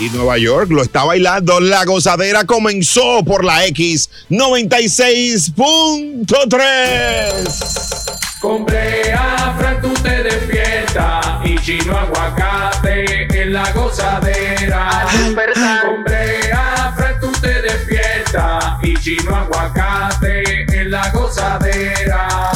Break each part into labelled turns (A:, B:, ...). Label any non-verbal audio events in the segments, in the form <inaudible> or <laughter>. A: Y Nueva York lo está bailando. La gozadera comenzó por la X96.3.
B: Compré a Frank, tú te despierta y chino aguacate en la gozadera. Compré a Frank, tú te despierta y chino aguacate en la gozadera.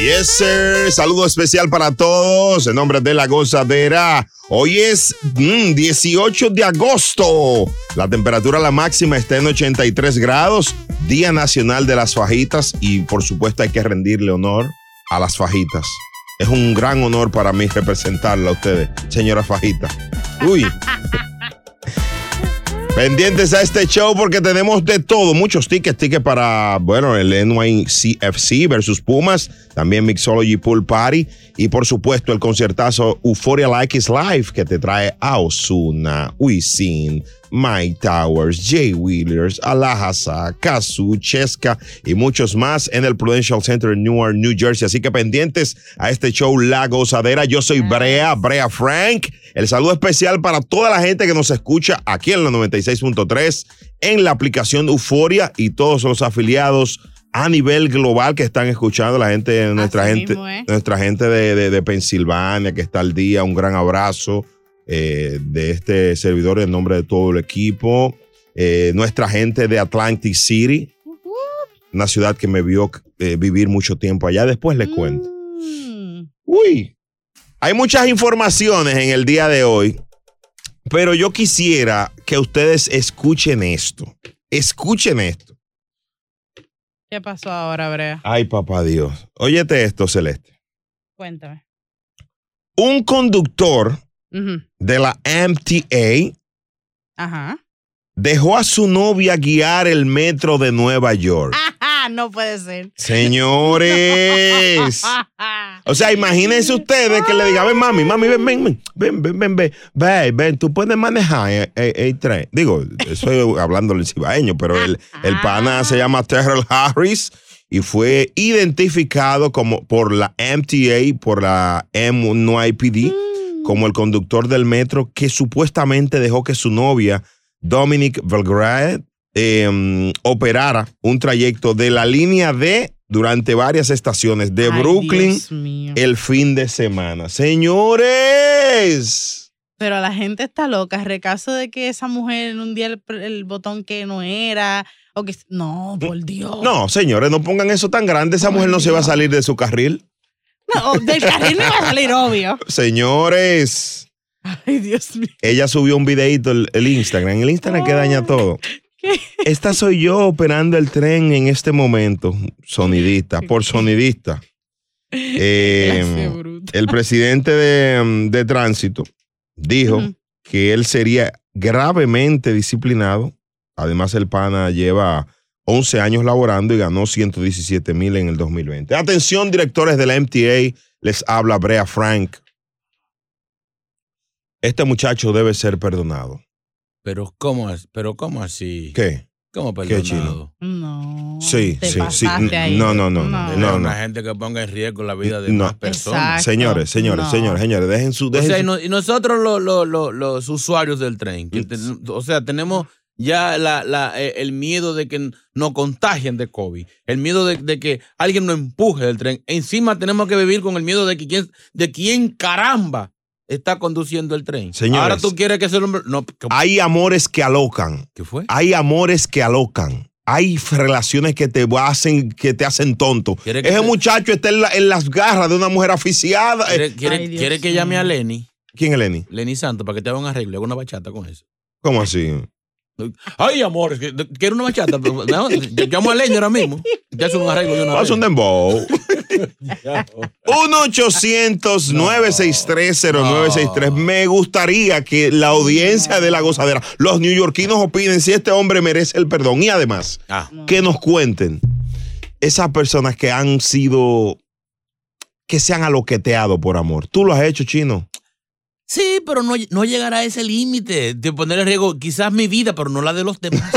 A: Yes, sir. Saludo especial para todos en nombre de la gozadera. Hoy es mm, 18 de agosto. La temperatura la máxima está en 83 grados. Día Nacional de las Fajitas y por supuesto hay que rendirle honor a las fajitas. Es un gran honor para mí representarla a ustedes, señora fajita. Uy. Pendientes a este show porque tenemos de todo, muchos tickets, tickets para, bueno, el NYCFC versus Pumas, también Mixology Pool Party y por supuesto el conciertazo Euphoria Like Is Life que te trae a Ozuna, Wisin, Mike Towers, Jay Wheelers, Alajaza, Kazu, Chesca y muchos más en el Prudential Center en Newark, New Jersey. Así que pendientes a este show La Gozadera. Yo soy Brea, Brea Frank. El saludo especial para toda la gente que nos escucha aquí en la 96.3, en la aplicación Euforia y todos los afiliados a nivel global que están escuchando la gente, nuestra
C: Así
A: gente,
C: mismo, ¿eh?
A: nuestra gente de, de- de Pensilvania que está al día. Un gran abrazo eh, de este servidor en nombre de todo el equipo. Eh, nuestra gente de Atlantic City, una ciudad que me vio eh, vivir mucho tiempo allá. Después les cuento. Uy, hay muchas informaciones en el día de hoy, pero yo quisiera que ustedes escuchen esto. Escuchen esto.
D: ¿Qué pasó ahora, Brea?
A: Ay, papá Dios. Óyete esto, Celeste.
D: Cuéntame.
A: Un conductor
D: Ujú.
A: de la MTA
D: <laughs> Ajá.
A: dejó a su novia guiar el metro de Nueva York.
D: Ajá, Ah, no puede ser.
A: Señores. O sea, imagínense ustedes que le diga, ven mami, mami, ven, ven, ven, ven, ven, ven, ven, ven, ven, tú puedes manejar el, el- el tren. Digo, estoy hablándolo en cibaeño, pero el, el pana se llama Terrell Harris y fue identificado como por la MTA, por la MNYPD, como el conductor del metro que supuestamente dejó que su novia, Dominic Belgrade, eh, operara un trayecto de la línea D durante varias estaciones de
D: Ay,
A: Brooklyn
D: Dios mío.
A: el fin de semana. Señores,
D: Pero la gente está loca. Recaso de que esa mujer en un día el, el botón que no era. O que. No, <laughs> por Dios.
A: no, señores, no pongan eso tan grande. Esa mujer no se va a salir de su carril.
D: No, del carril no va a salir obvio.
A: Señores.
D: <laughs> Ay, Dios mío.
A: Ella subió un videito el, el Instagram. El Instagram que daña todo. Esta soy yo operando el tren en este momento, sonidista, por sonidista. Eh, el presidente de, mm, de tránsito dijo que él sería gravemente disciplinado. Además, el pana lleva 11 años laborando y ganó 117 mil en el 2020. Atención, directores de la MTA, les habla Brea Frank. Este muchacho debe ser perdonado.
E: Pero ¿cómo, as- pero ¿cómo así?
A: ¿Qué?
E: ¿Cómo
A: ¿Qué,
E: perdonado?
A: sí,
E: te
A: sí, sí.
E: pasaste ahí.
A: No, no, no,
E: Debe
A: no,
E: haber
A: no.
E: una
A: no.
E: gente que ponga en riesgo la vida de
A: No.
E: más personas.
A: Señores, señores,
E: No.
A: señores, señores, dejen su...
E: O
A: Dejen
E: sea, y,
A: su-
E: no- y nosotros lo- lo- lo- los usuarios del tren, que te- o sea, tenemos ya la, la- eh, el miedo de que nos contagien de COVID, el miedo de, de que alguien nos empuje del tren. Encima tenemos que vivir con el miedo de que quién, de quién caramba está conduciendo el tren.
A: Señores.
E: Ahora tú quieres que ese hombre... No, que-
A: Hay amores que alocan.
E: ¿Qué fue?
A: Hay amores que alocan. Hay relaciones que te hacen, que te hacen tonto.
E: ¿Quiere que
A: Ese
E: te-
A: muchacho está en, la- en las garras de una mujer aficiada.
E: ¿Quiere, quiere- quiere que llame a Lenny?
A: ¿Quién es Lenny?
E: Lenny Santos para que te haga un arreglo, haga una bachata con eso.
A: ¿Cómo así?
E: Ay, amor, que- quiero una bachata. pero- no, yo llamo a Lenny ahora mismo. Te hace un arreglo de una
A: Haz un dembow. 1-800-963-0963. Me gustaría que la audiencia de la gozadera, los neoyorquinos opinen si este hombre merece el perdón. Y además,
E: Ah.
A: que nos cuenten esas personas que han sido, que se han aloqueteado por amor. ¿Tú lo has hecho, chino?
E: Sí, pero no, no llegar a ese límite de poner en riesgo quizás mi vida, pero no la de los demás.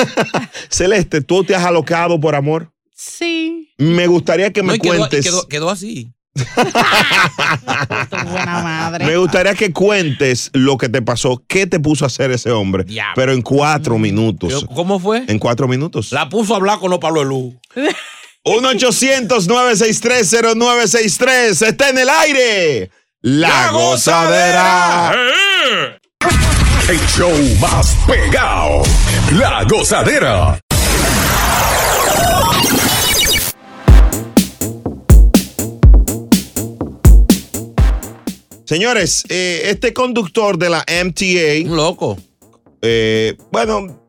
A: Celeste, ¿tú te has alocado por amor?
D: Sí.
A: Me gustaría que me
E: No, y quedó- y
A: cuentes.
E: quedó- quedó así.
D: Tu buena madre.
A: <laughs> Me gustaría que cuentes lo que te pasó, qué te puso a hacer ese hombre,
E: Diablo. Mm.
A: pero en cuatro minutos.
E: Yo- ¿Cómo fue?
A: En cuatro minutos.
E: La puso a hablar con los Pablo de
A: <laughs>
E: Luz.
A: 1-800-963-0963. Está en el aire. La,
E: ¡La
A: gozadera.
E: gozadera!
F: <laughs> El show más pegado. La gozadera.
A: Señores, eh, este conductor de la MTA,
E: Un loco.
A: eh, bueno,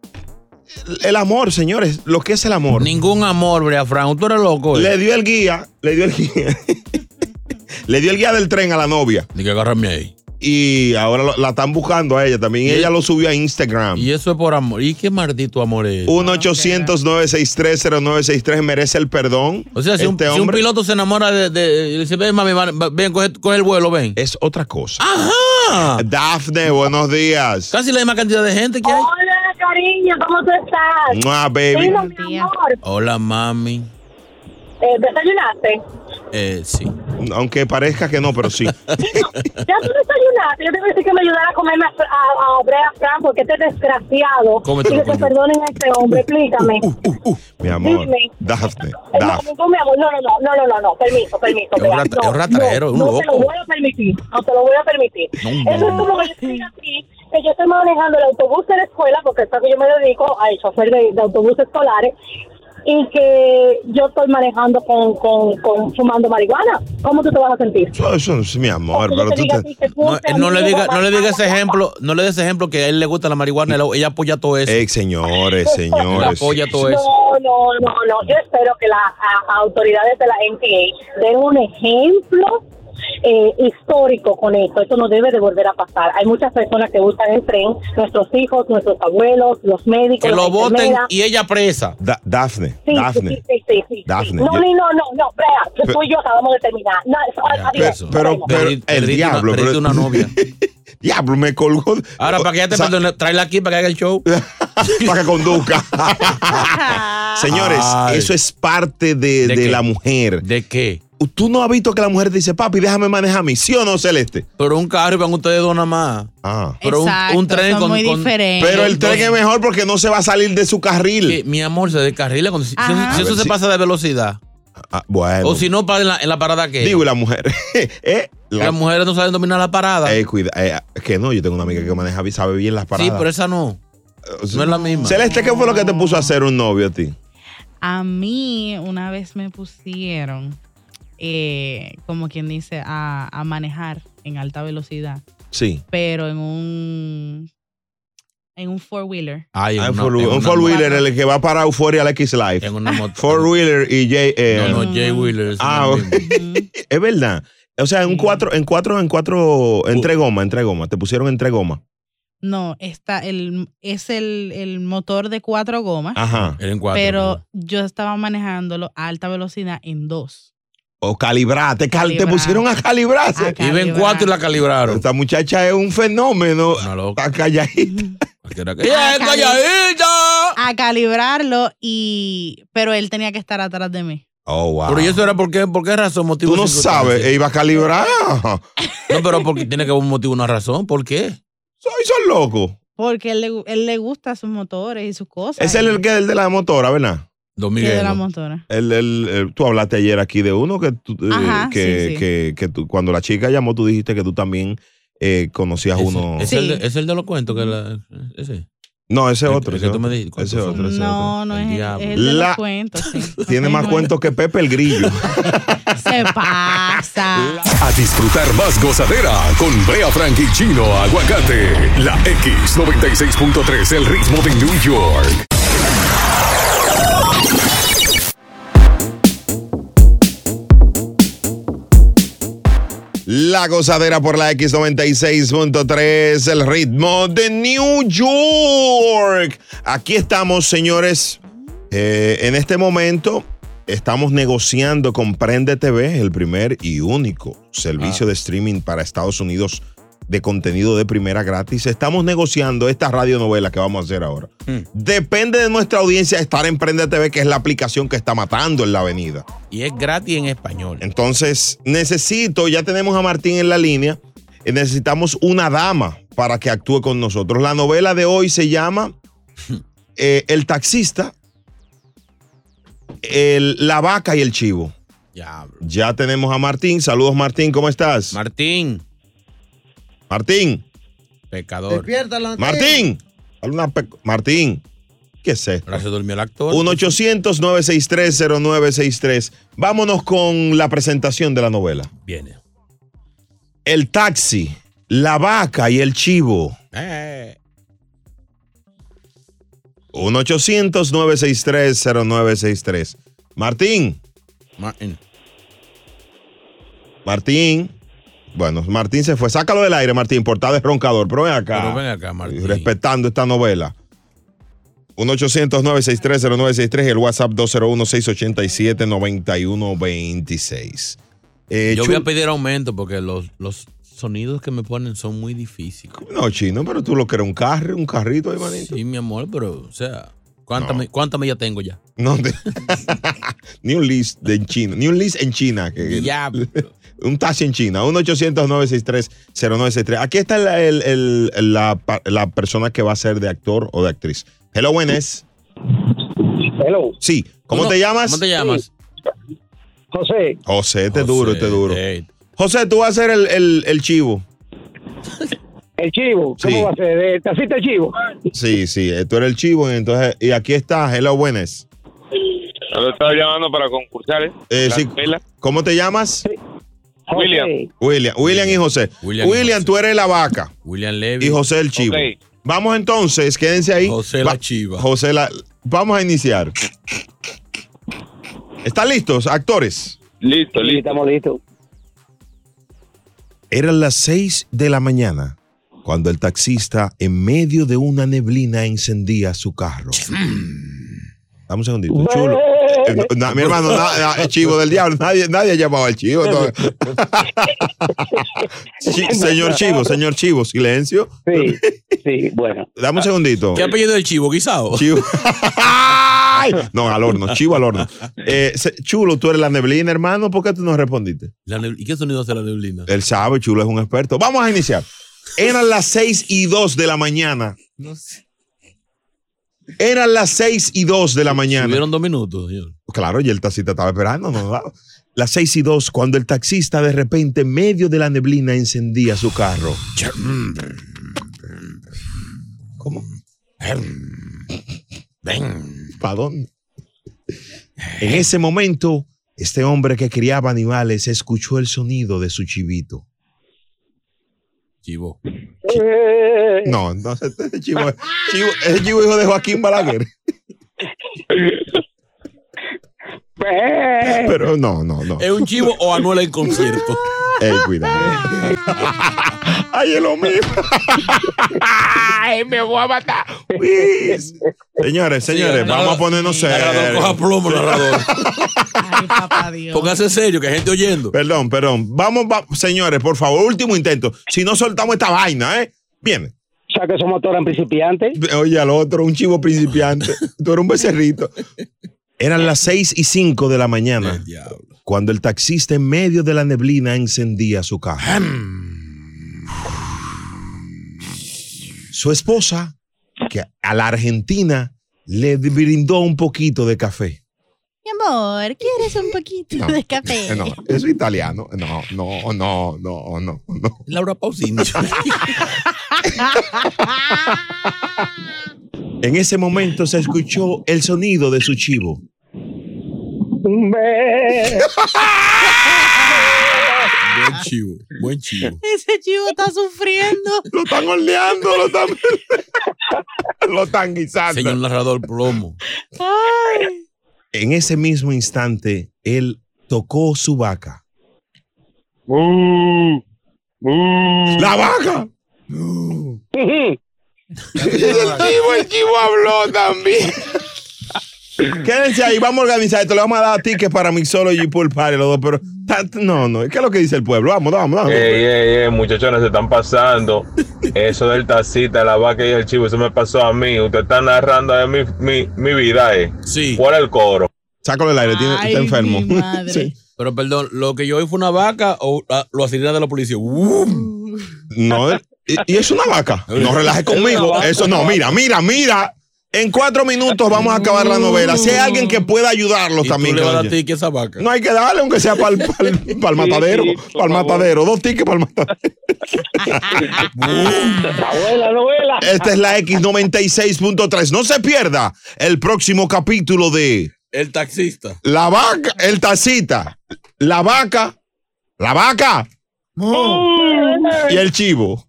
A: el amor, señores, lo que es el amor.
E: Ningún amor, Brea Frank. Tú eres loco.
A: Le
E: eh.
A: dio el guía, le dio el guía. <laughs> le dio el guía del tren a la novia.
E: Ni que agárrame ahí.
A: Y ahora lo- la están buscando a ella también. Y ella lo subió a Instagram.
E: Y eso es por amor. ¿Y qué maldito amor es?
A: 1-800-963-0963 merece el perdón.
E: O sea, si, un,
A: Este
E: si un
A: hombre
E: piloto se enamora de. de- y le dice, ven, mami, va- va- ven, coge, coge el vuelo, ven.
A: es otra cosa.
E: ¡Ajá!
A: Dafne, buenos días.
E: Casi la misma cantidad de gente
D: Oh,
E: que hay.
C: Hola, cariño, ¿cómo tú estás?
A: Mua, baby.
C: Dime,
D: Buen
C: mi
D: día.
C: amor,
E: Hola, mami.
C: eh, ¿desayunaste?
E: Eh, sí.
A: Aunque parezca que no, pero
E: <laughs>
A: sí.
C: Ya tú desayunaste. Yo te voy a decir que me ayudara a comerme a, a, a Brea Fran porque este desgraciado.
E: Cómetelo,
C: y que te
E: coño.
C: perdonen a este hombre, explícame.
A: Mi amor.
C: Dime.
A: Dafne,
C: Eh, No,
A: Dafne.
C: no, mi amor, no, no, no, no, no, no, no, permiso, permiso.
E: Ah. Es un
C: Brea,
E: rata-
C: no,
E: es un ratajero,
C: no,
E: es un
C: no te lo
E: loco.
C: voy a permitir, no te lo voy a permitir.
E: No,
C: Eso es
E: no.
C: como que yo te diga a ti que yo estoy manejando el autobús de la escuela, porque es a lo que yo me dedico al chofer de, de autobuses escolares, y que yo estoy manejando con, con, con fumando marihuana. ¿Cómo tú te vas a sentir?
A: Eso, eso es mi amor,
C: Que yo
A: pero
C: te
A: tú
C: diga a
A: te-
C: ti que tú
E: No,
C: te
E: eh, no le
C: amigo,
E: diga, no le diga
C: papá,
E: ese ejemplo, no le dé ese ejemplo que a él le gusta la marihuana, él- ella apoya todo eso.
A: Ey, señores,
E: Ella
A: señores.
E: apoya todo eso.
C: No, no, no, no. Yo espero que las a- autoridades de la MTA den un ejemplo eh, histórico con esto. Esto no debe de volver a pasar. Hay muchas personas que usan el tren, nuestros hijos, nuestros abuelos, los médicos,
E: Que
C: las
E: lo voten
C: enfermeras.
E: y ella presa.
A: Da- Dafne,
C: Sí,
A: Dafne.
C: sí, sí, sí, sí, sí.
A: Dafne,
C: No,
A: yo-
C: ni- no, no, no, Brea, que
A: Pe-
C: tú y yo acabamos de terminar. No, eso-
E: Ya,
C: adiós.
E: eso.
A: Pero,
C: Bueno.
A: pero
E: Perdí-
A: el
E: perdiste una-
A: diablo.
E: perdiste
A: pero-
E: una novia.
A: <laughs> diablo, me colgó.
E: Ahora, para que ya te
A: O sea,
E: perdone, tráela aquí para que haga el show.
A: <laughs> para que
E: <laughs>
A: conduzca. Señores,
E: Ay.
A: eso es parte de,
E: ¿De
A: de
E: qué?
A: la mujer.
E: ¿De qué?
A: Tú no has visto que la mujer te dice, papi, déjame manejar a mí, ¿sí o no, Celeste?
E: Pero un carro y van ustedes dos nada más.
A: Ah.
E: Pero un-
D: Exacto,
E: un tren
D: son
E: con-
D: muy
E: con-
D: diferentes.
A: Pero el tren es mejor porque no se va a salir de su
E: Que,
A: carril.
E: mi amor, se descarrila. cuando- si, si-
D: Ajá.
E: si
A: A ver,
E: eso se
A: sí.
E: pasa de velocidad.
A: Ah, bueno.
E: O si no, para en la, en la parada que.
A: Digo, y la mujer. eh, la-
E: Las mujeres no saben dominar la parada.
A: eh, cuida- eh, que no, yo tengo una amiga que maneja, bien- sabe bien las paradas.
E: sí, pero esa no.
A: O sea,
E: No es la misma.
A: Celeste, ¿qué fue lo que te puso a hacer un novio a ti?
D: A mí una vez me pusieron, eh, como quien dice, a, a manejar en alta velocidad,
A: Sí.
D: pero en un en un four wheeler.
E: Ay,
A: Ah, un
E: en una-
A: four-
E: en
A: un
E: una-
A: four-wheeler, el que va para Euphoria al X-Life.
E: En una moto.
A: Four-wheeler y J. eh,
E: No, no, Jay Wheeler. eso
A: Ah,
E: no es lo mismo.
A: <laughs> Es verdad. O sea, en
D: Mm. Sí.
A: cuatro, en cuatro, en cuatro, entre goma, entre goma. Te pusieron entre goma.
D: No, está el es el, el motor de cuatro gomas,
A: Ajá.
E: Era en
D: Ah.
E: cuatro.
D: pero yo estaba manejándolo a alta velocidad en dos.
A: O calibrate, cal- te
D: Calibrar.
A: pusieron a calibrarse.
D: Ah,
E: Iba en
D: Calibrar.
E: cuatro y la calibraron.
A: Esta muchacha es un fenómeno.
E: Una loca.
A: Está calladita.
D: Ujú.
E: <laughs> Cualquiera que- ¡Ella es
D: Ah, Cali-
E: calladita!
D: a calibrarlo y pero él tenía que estar atrás de mí.
A: Oh, wow.
E: Pero ¿y eso era por qué, por qué razón, motivo.
A: Tú no
E: circunstancia?
A: sabes, e iba a calibrar. Soy,
E: <laughs> No, pero porque tiene que haber un motivo, una razón. ¿Por qué?
A: son locos.
D: Porque él le, gu- él le gusta sus motores y sus cosas.
A: Es el,
D: y-
A: el que el de la motora, ¿verdad?
E: Don
D: que
E: Miguel.
D: de la
E: ¿no?
D: motora.
A: El, el- el- tú hablaste ayer aquí de uno que, tú, eh,
D: Ajá,
A: que,
D: sí, sí.
A: que, que tú- cuando la chica llamó, tú dijiste que tú también eh, conocías
E: Ese-
A: uno.
E: Es,
D: Sí.
E: el de, es el de los cuentos que la, ese.
A: no, ese
E: el-
A: otro.
E: el que tú me dijiste, ¿cuántos
A: ese
E: son?
A: otro, ese otro.
D: No, no
E: El
D: es el,
E: diablo.
D: es el de los
A: La-
D: cuentos,
A: <laughs>
D: sí. No
A: Tiene
D: es
A: más
D: nuevo.
A: cuentos que Pepe el
D: <laughs>
A: Grillo. <laughs>
D: Se pasa.
F: A disfrutar más gozadera con Brea Frank y Chino Aguacate. La X96.3, el ritmo de New York.
A: La gozadera por la X96.3, el ritmo de New York. Aquí estamos, señores. Eh, en este momento estamos negociando con Prende TV, el primer y único servicio de streaming para Estados Unidos de contenido de primera gratis. Estamos negociando esta radionovela que vamos a hacer ahora. Depende de nuestra audiencia estar en Prende TV, que es la aplicación que está matando en la avenida.
E: Y es gratis en español.
A: Entonces, necesito, ya tenemos a Martín en la línea, eh, necesitamos una dama para que actúe con nosotros. La novela de hoy se
E: <laughs>
A: llama eh, El taxista, el- La vaca y el chivo.
E: Ya, bro.
A: Ya tenemos a Martín. Saludos Martín, ¿cómo estás?
E: Martín,
A: Martín,
E: pecador.
G: Despiértalo.
A: Martín. Dale una pe- Martín, ¿qué es esto?
E: Ahora se durmió el actor.
A: 1-800-963-0963. Vámonos con la presentación de la novela.
E: Viene.
A: El taxi, la vaca y el chivo. Ah.
E: Eh,
A: 1-800-963-0963. Martín,
E: Martín.
A: Martín. Bueno, Martín se fue. Sácalo del aire, Martín, portada de roncador. Pero ven acá.
E: Pero ven acá, Martín.
A: Respetando esta novela. 1-800-963-0963 y el WhatsApp 201-687-9126. Eh,
E: Yo
A: Chu-
E: voy a pedir aumento porque los, los sonidos que me ponen son muy difíciles.
A: No, chino, pero tú lo que era un carro, un carrito ahí, manito.
E: Sí, mi amor, pero, o sea, ¿cuánta,
A: No.
E: me- cuánta milla tengo ya?
A: No te- <laughs> ni un list de en China, ni un list en China. que-
E: Ya, bro.
A: <laughs> Un taxi en China, 1-800-963-0963. Aquí está la, el- el- la pa- la persona que va a ser de actor o de actriz. Hello, buenas.
H: Hello,
A: Sí, ¿cómo
E: Uno-
A: te llamas?
E: ¿Cómo te llamas?
H: José.
A: José, este es duro, este es duro.
E: Ey,
A: José, tú vas a ser el, el- el chivo.
H: El chivo,
A: Sí.
H: ¿cómo va a ser? ¿El tacita el chivo?
A: Sí, sí, eh, tú eres el chivo. Entonces, y aquí está, hello, buenas.
I: Lo estaba llamando para concursar, ¿eh?
A: Eh,
I: La
A: sí.
I: novela.
A: ¿Cómo te llamas?
H: José.
I: William.
A: William, William y José. William,
E: William y José.
A: tú eres la vaca
E: William Levy.
A: y José el chivo.
I: Ok.
A: Vamos entonces, quédense ahí.
E: José la
A: Va-
E: chiva.
A: José la. Vamos a iniciar. ¿Están listos, actores?
I: Listo,
H: Sí,
I: listo.
H: Estamos listos.
A: Eran las 6 de la mañana cuando el taxista, en medio de una neblina, encendía su carro. Dame un segundito, chulo. Eh, no, na- mi hermano, na- na- el chivo del diablo. Nadie, nadie ha llamado al chivo.
H: <laughs>
A: no. Sí, señor chivo, señor chivo, silencio.
H: Sí, sí, bueno.
A: Dame un segundito.
E: ¿Qué apellido del chivo, guisado?
A: Chivo. Ay, No, al horno, chivo al horno. Eh, se- chulo, tú eres la neblina, hermano. ¿Por qué tú no respondiste?
E: La nebl- ¿Y qué sonido hace la neblina?
A: Él sabe, Chulo es un experto. Vamos a iniciar. Eran las 6 y 2 de la mañana.
E: No sé.
A: Eran las 6 y 2 de la mañana.
E: Tuvieron dos minutos, señor.
A: Claro, y el taxista estaba esperando, no daba. Las 6 y 2, cuando el taxista de repente, en medio de la neblina, encendía su carro. ¿Cómo? ¿Para dónde? En ese momento, este hombre que criaba animales escuchó el sonido de su chivito.
E: Chivo.
H: Eh,
A: No, no, <laughs> este chivo, es- chivo, es chivo hijo de Joaquín Balaguer.
H: eh,
C: <laughs>
A: Pero no, no, no.
E: ¿Es un chivo o Anuel en concierto?
A: Ey, cuidado. Ay, es lo mismo. Ay, me voy a matar. Luis. <laughs> Señores, señores,
E: Sí,
A: vamos a ponernos
E: Narrador, coja
A: serios.
E: plomo, narrador.
D: Ay, papá Dios.
E: Póngase serio, que hay gente oyendo.
A: Perdón, perdón. Vamos, va- señores, por favor, último intento. Si no soltamos esta vaina, ¿eh? Bien.
H: Saca su motor en principiante.
A: Oye, al otro, un chivo principiante. Tú eres un becerrito. Eran las seis y cinco de la mañana.
E: El diablo.
A: cuando el taxista en medio de la neblina encendía su carro. Su esposa, que a la argentina le brindó un poquito de café.
J: Mi amor, ¿quieres un poquito
A: No.
J: de
A: <laughs>
J: café?
A: Eh, No, eso italiano. No, no, no, no, no, no.
E: Laura Pausini.
A: En ese momento se escuchó el sonido de su chivo.
H: Eh,
E: buen chivo, buen chivo.
D: Ese chivo está sufriendo.
A: Lo están horneando, lo <laughs> están, lo están guisando.
E: Señor narrador plomo.
D: Ay.
A: En ese mismo instante, él tocó su vaca.
I: Mm.
A: ¡La vaca! el chivo habló también. Quédense ahí, vamos a organizar esto. Le vamos a dar tickets para Mixology y Pool Party, los dos, pero tant- no, no, ¿qué es lo que dice el pueblo? Vamos, vamos, vamos.
I: Ey, ey, ey, muchachones, se están pasando. Eso del tacita, la vaca y el chivo, eso me pasó a mí. Usted está narrando ahí mi, mi, mi vida, ¿eh?
E: Sí.
I: ¿Cuál es el coro?
A: Sácalo del aire, <laughs> tiene, está enfermo. <laughs>
D: mi madre.
A: Sí.
E: Pero perdón, lo que yo oí fue una vaca o ah, lo asesinaron de la policía. ¡Wum!
A: No, y, y es una
E: <laughs>
A: vaca. No relaje conmigo. Eso no, mira, mira, mira. En cuatro minutos vamos a acabar la novela. Si hay alguien que pueda ayudarlos
E: Y
A: también.
E: tú le vas a dar
A: que-
E: tique a esa vaca.
A: No hay que darle, aunque sea para el,
I: sí,
A: matadero.
I: por
A: para el
I: favor.
A: matadero. Dos tickets para el matadero.
H: Abuela, novela.
A: Esta es la X96.3. No se pierda el próximo capítulo de
E: El taxista.
A: La vaca, el tacita. La vaca, la vaca y el chivo.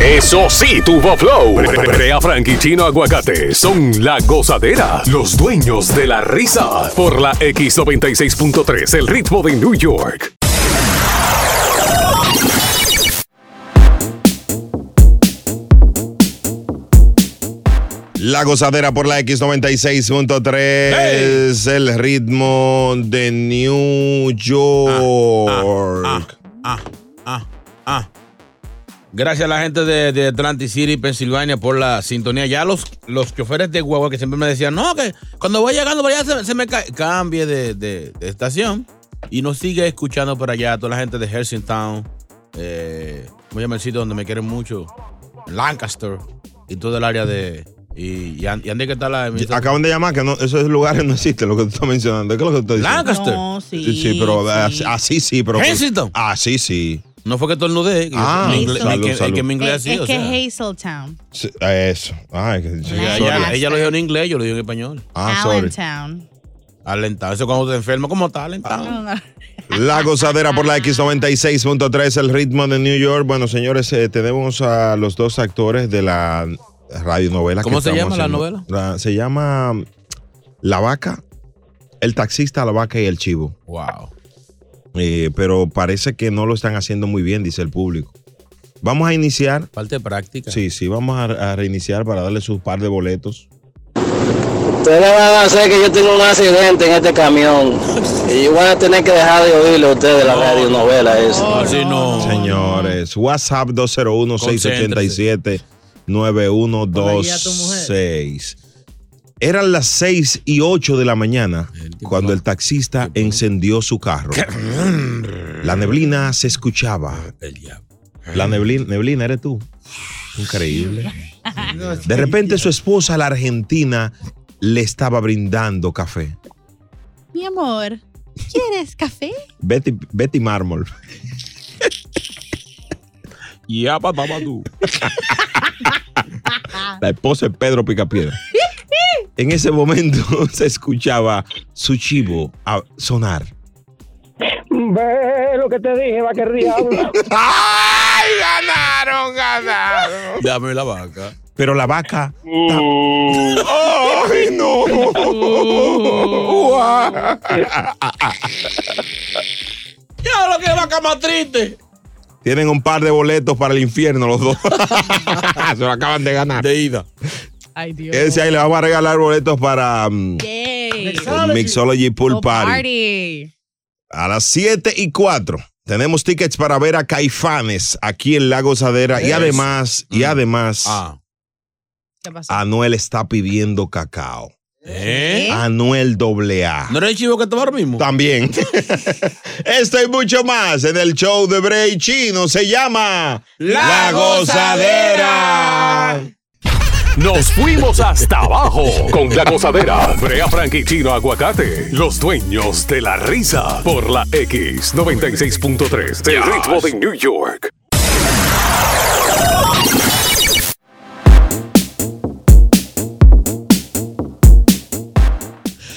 F: Eso sí, tuvo flow. Brea Frank y Chino Aguacate son la gozadera, los dueños de la risa. Por la X96.3, el ritmo de New York.
A: La gozadera por la X96.3. El ritmo de New York.
E: Ah, ah. Gracias a la gente de, de Atlantic City, Pensilvania, por la sintonía. Ya los, los choferes de guagua que siempre me decían, no, que cuando voy llegando para allá se, se me cae. Cambie de, de- de estación y nos sigue escuchando por allá. Toda la gente de Helsingtown, eh, ¿cómo se llama el sitio donde me quieren mucho? Lancaster y todo el área de. Y, y, and- y Andy, ¿qué tal la
A: Y Acaban de llamar que no, esos lugares no existen, lo que tú estás mencionando. ¿Qué es lo que tú estás diciendo?
E: Lancaster.
D: No, sí.
A: Sí, pero
D: sí.
A: as- así sí, pero.
E: Kensington.
A: Así sí.
E: No fue que tornudé. que
A: Ah,
E: mi inglés-
A: salud,
E: mi que-
A: salud.
E: que mi inglés
D: Es,
E: así,
D: es
E: o
D: que
E: sea.
D: Hazeltown,
A: Sí, Eso. Ay, que-
E: Ella-
A: sorry.
E: ella- ella lo dijo en inglés, yo lo digo en español.
A: Ah, sorry.
D: Allentown.
E: Alentado. Eso cuando te enfermas, ¿cómo estás alentado?
D: No, no.
A: La gozadera por la X96.3, el ritmo de New York. Bueno, señores, eh, tenemos a los dos actores de la radionovela.
E: ¿Cómo
A: que
E: se
A: estamos
E: llama la
A: haciendo.
E: novela?
A: La- se llama La Vaca, El Taxista, La Vaca y el Chivo.
E: Wow.
A: Eh, pero parece que no lo están haciendo muy bien, dice el público. Vamos a iniciar.
E: Falta de práctica.
A: Sí, sí, vamos a, a reiniciar para darle sus par de boletos.
H: Ustedes van a hacer que yo tenga un accidente en este
A: <laughs>
H: camión. Y van a tener que dejar de oírle a ustedes la radio novela esa.
E: Así no.
A: Señores, WhatsApp 201-687-9126. Eran las 6 y 8 de la mañana cuando el taxista encendió su carro. La neblina se escuchaba.
E: El diablo.
A: La neblina, neblina eres tú. Increíble. De repente su esposa, la argentina, le estaba brindando café.
J: Mi amor, ¿quieres café?
A: Betty, Betty Mármol.
E: Ya, papá, tú.
A: La esposa de Pedro Picapiedra. En ese momento <laughs> se escuchaba su chivo a sonar.
H: Ve lo que te dije, va que diablo.
E: <laughs>
A: <laughs> ¡Ay, ganaron, ganaron!
E: Dame la vaca.
A: Pero la vaca. ¡Ay, no! Guau.
E: <laughs> Ya, lo que vaca más triste.
A: Tienen un par de boletos para el infierno los dos. <laughs> se lo acaban de ganar.
E: De ida.
D: Ay, Dios.
A: Quédense ahí, le vamos a regalar boletos para mm,
D: Yay.
A: el Mixology Pool
D: Oh,
A: Party. A las 7 y 4 tenemos tickets para ver a Caifanes aquí en La Gozadera. Y
E: Yes.
A: además, y
E: Mm.
A: además,
E: Ah.
D: ¿Qué pasó?
A: Anuel está pidiendo cacao.
E: ¿Eh?
A: Anuel doble A.
E: ¿No era el chivo que estaba ahora mismo?
A: También. <laughs> Esto y mucho más en el show de Bray Chino. Se llama
E: La Gozadera.
F: Nos fuimos hasta abajo con la gozadera. Brea Frank y Chino Aguacate, los dueños de la risa. Por la X96.3, del ritmo de New York.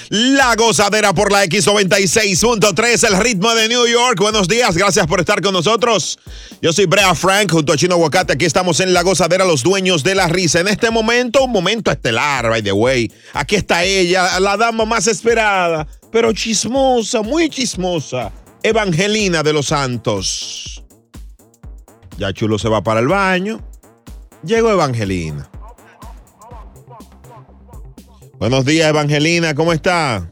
A: La gozadera por la X96.3, el ritmo de New York. Buenos días, gracias por estar con nosotros. Yo soy Brea Frank, junto a Chino Aguacate. Aquí estamos en La Gozadera, los dueños de la risa. En este momento, un momento estelar, by the way. Aquí está ella, la dama más esperada. pero chismosa, muy chismosa, Evangelina de los Santos. Ya Chulo se va para el baño. Llegó Evangelina. Buenos días, Evangelina, ¿cómo está?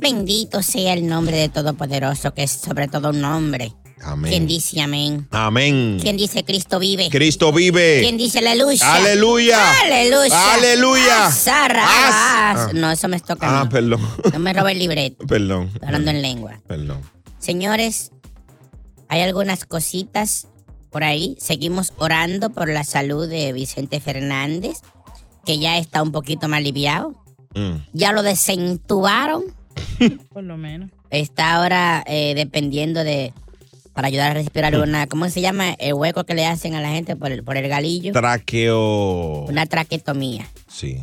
G: Bendito sea el nombre de Todopoderoso, que es sobre todo un nombre.
A: Amén.
G: Quien dice amén.
A: Amén.
G: Quien dice Cristo vive.
A: Cristo vive.
G: Quien dice aleluya.
A: Aleluya.
G: Aleluya.
A: Aleluya.
G: Ah, zarra,
A: Ah.
G: ah, No, eso me toca. a
A: Ah,
G: mí.
A: perdón, <laughs>
G: No me robe el libreto.
A: perdón,
G: Hablando en lengua.
A: perdón.
G: Señores, hay algunas cositas por ahí. Seguimos orando por la salud de Vicente Fernández, que ya está un poquito más aliviado.
A: Mm.
G: Ya lo desentubaron.
D: <laughs> Por lo menos.
G: Está ahora eh, dependiendo de. Para ayudar a respirar
A: Mm.
G: una. ¿Cómo se llama? El hueco que le hacen a la gente por el, por el galillo.
A: Traqueo.
G: Una traquetomía.
A: Sí.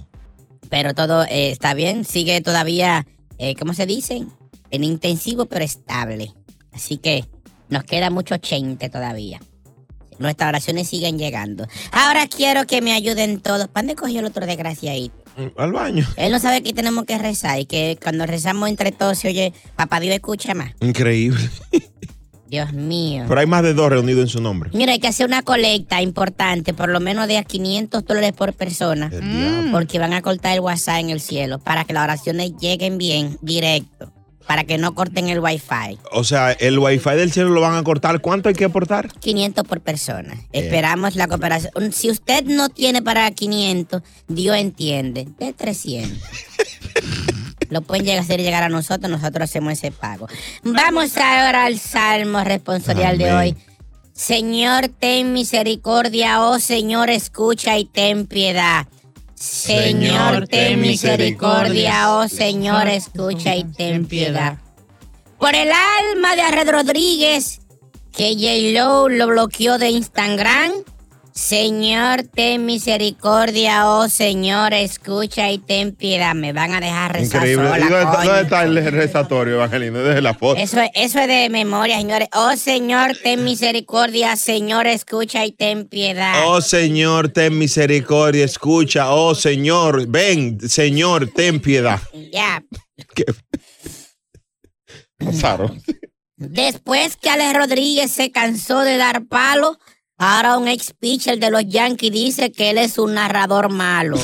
G: Pero todo eh, está bien. Sigue todavía, eh, ¿cómo se dice? En intensivo, pero estable. Así que nos queda mucho chente todavía. Nuestras oraciones siguen llegando. Ahora quiero que me ayuden todos. ¿Para dónde cogió el otro desgracia ahí?
A: Mm, Al baño.
G: Él no sabe que tenemos que rezar y que cuando rezamos entre todos se oye, papá Dios escucha más.
A: Increíble.
G: Dios mío.
A: Pero hay más de dos reunidos en su nombre.
G: Mira, hay que hacer una colecta importante, por lo menos de a 500 dólares por persona,
A: El diablo.
G: porque van a cortar el WhatsApp en el cielo para que las oraciones lleguen bien, directo, para que no corten el Wi-Fi.
A: O sea, el wifi del cielo lo van a cortar. ¿Cuánto hay que aportar?
G: 500 por persona. Esperamos la cooperación. Un- Si usted no tiene para 500, Dios entiende. De 300. <laughs> Lo pueden llegar- hacer llegar a nosotros, nosotros hacemos ese pago. Vamos ahora al salmo responsorial de
A: Amén.
G: hoy. Señor, ten misericordia, oh Señor, escucha y ten piedad. Señor, ten misericordia, oh Señor, escucha y ten piedad. Por el alma de Arred Rodríguez, que J-Lo lo bloqueó de Instagram. Señor, ten misericordia, oh Señor, escucha y ten piedad. Me van a dejar rezar
A: Increíble.
G: sola,
A: ¿Y dónde, está,
G: coño.
A: dónde está el rezatorio, Evangelino? Deje la foto.
G: Eso es, eso es de memoria, señores. Oh Señor, ten misericordia, Señor, escucha y ten piedad.
A: Oh Señor, ten misericordia, escucha. Oh Señor, ven, Señor, ten piedad.
G: Ya.
A: Pasaron.
G: Después que Alex Rodríguez se cansó de dar palo, ahora un ex pitcher de los Yankees dice que él es un narrador <laughs> malo.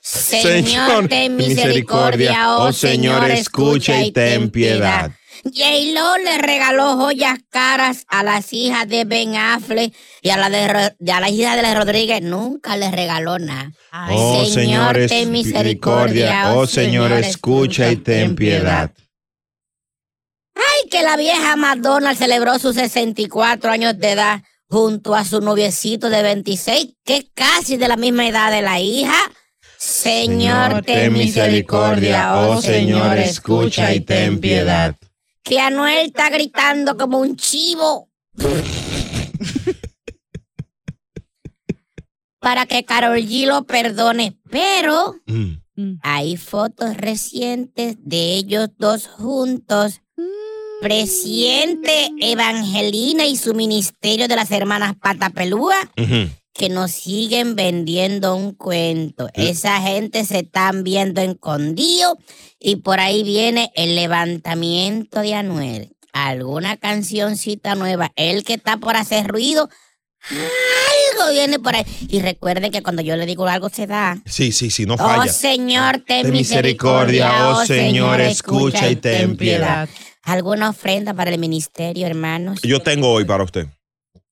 G: Señor, ten misericordia, oh Señor, escucha y ten piedad. J-Lo le regaló joyas caras a las hijas de Ben Affleck y a la de, Ro- y a la hija de la Rodríguez nunca le regaló nada. Ay,
A: Oh Señor, es misericordia. Oh Señor, escucha y ten piedad.
G: Ay, que la vieja Madonna celebró sus 64 años de edad junto a su noviecito de 26, que es casi de la misma edad de la hija. Señor, ten misericordia, oh Señor, escucha y ten piedad. Que Anuel está gritando como un chivo. Para que Carol G lo perdone, pero
A: Mm.
G: hay fotos recientes de ellos dos juntos. Presiente Evangelina y su ministerio de las hermanas Patapelúa
A: Ujú.
G: que nos siguen vendiendo un cuento. Esa gente se están viendo escondido y por ahí viene el levantamiento de Anuel. Alguna cancioncita nueva. Él que está por hacer ruido, algo viene por ahí. Y recuerden que cuando yo le digo algo se da.
A: Sí, sí, sí, no
G: Oh
A: falla.
G: Señor, ten
A: Ten misericordia,
G: misericordia.
A: oh, Señor, escucha y ten piedad.
G: ¿Alguna ofrenda para el ministerio, hermanos?
A: Yo tengo hoy para usted.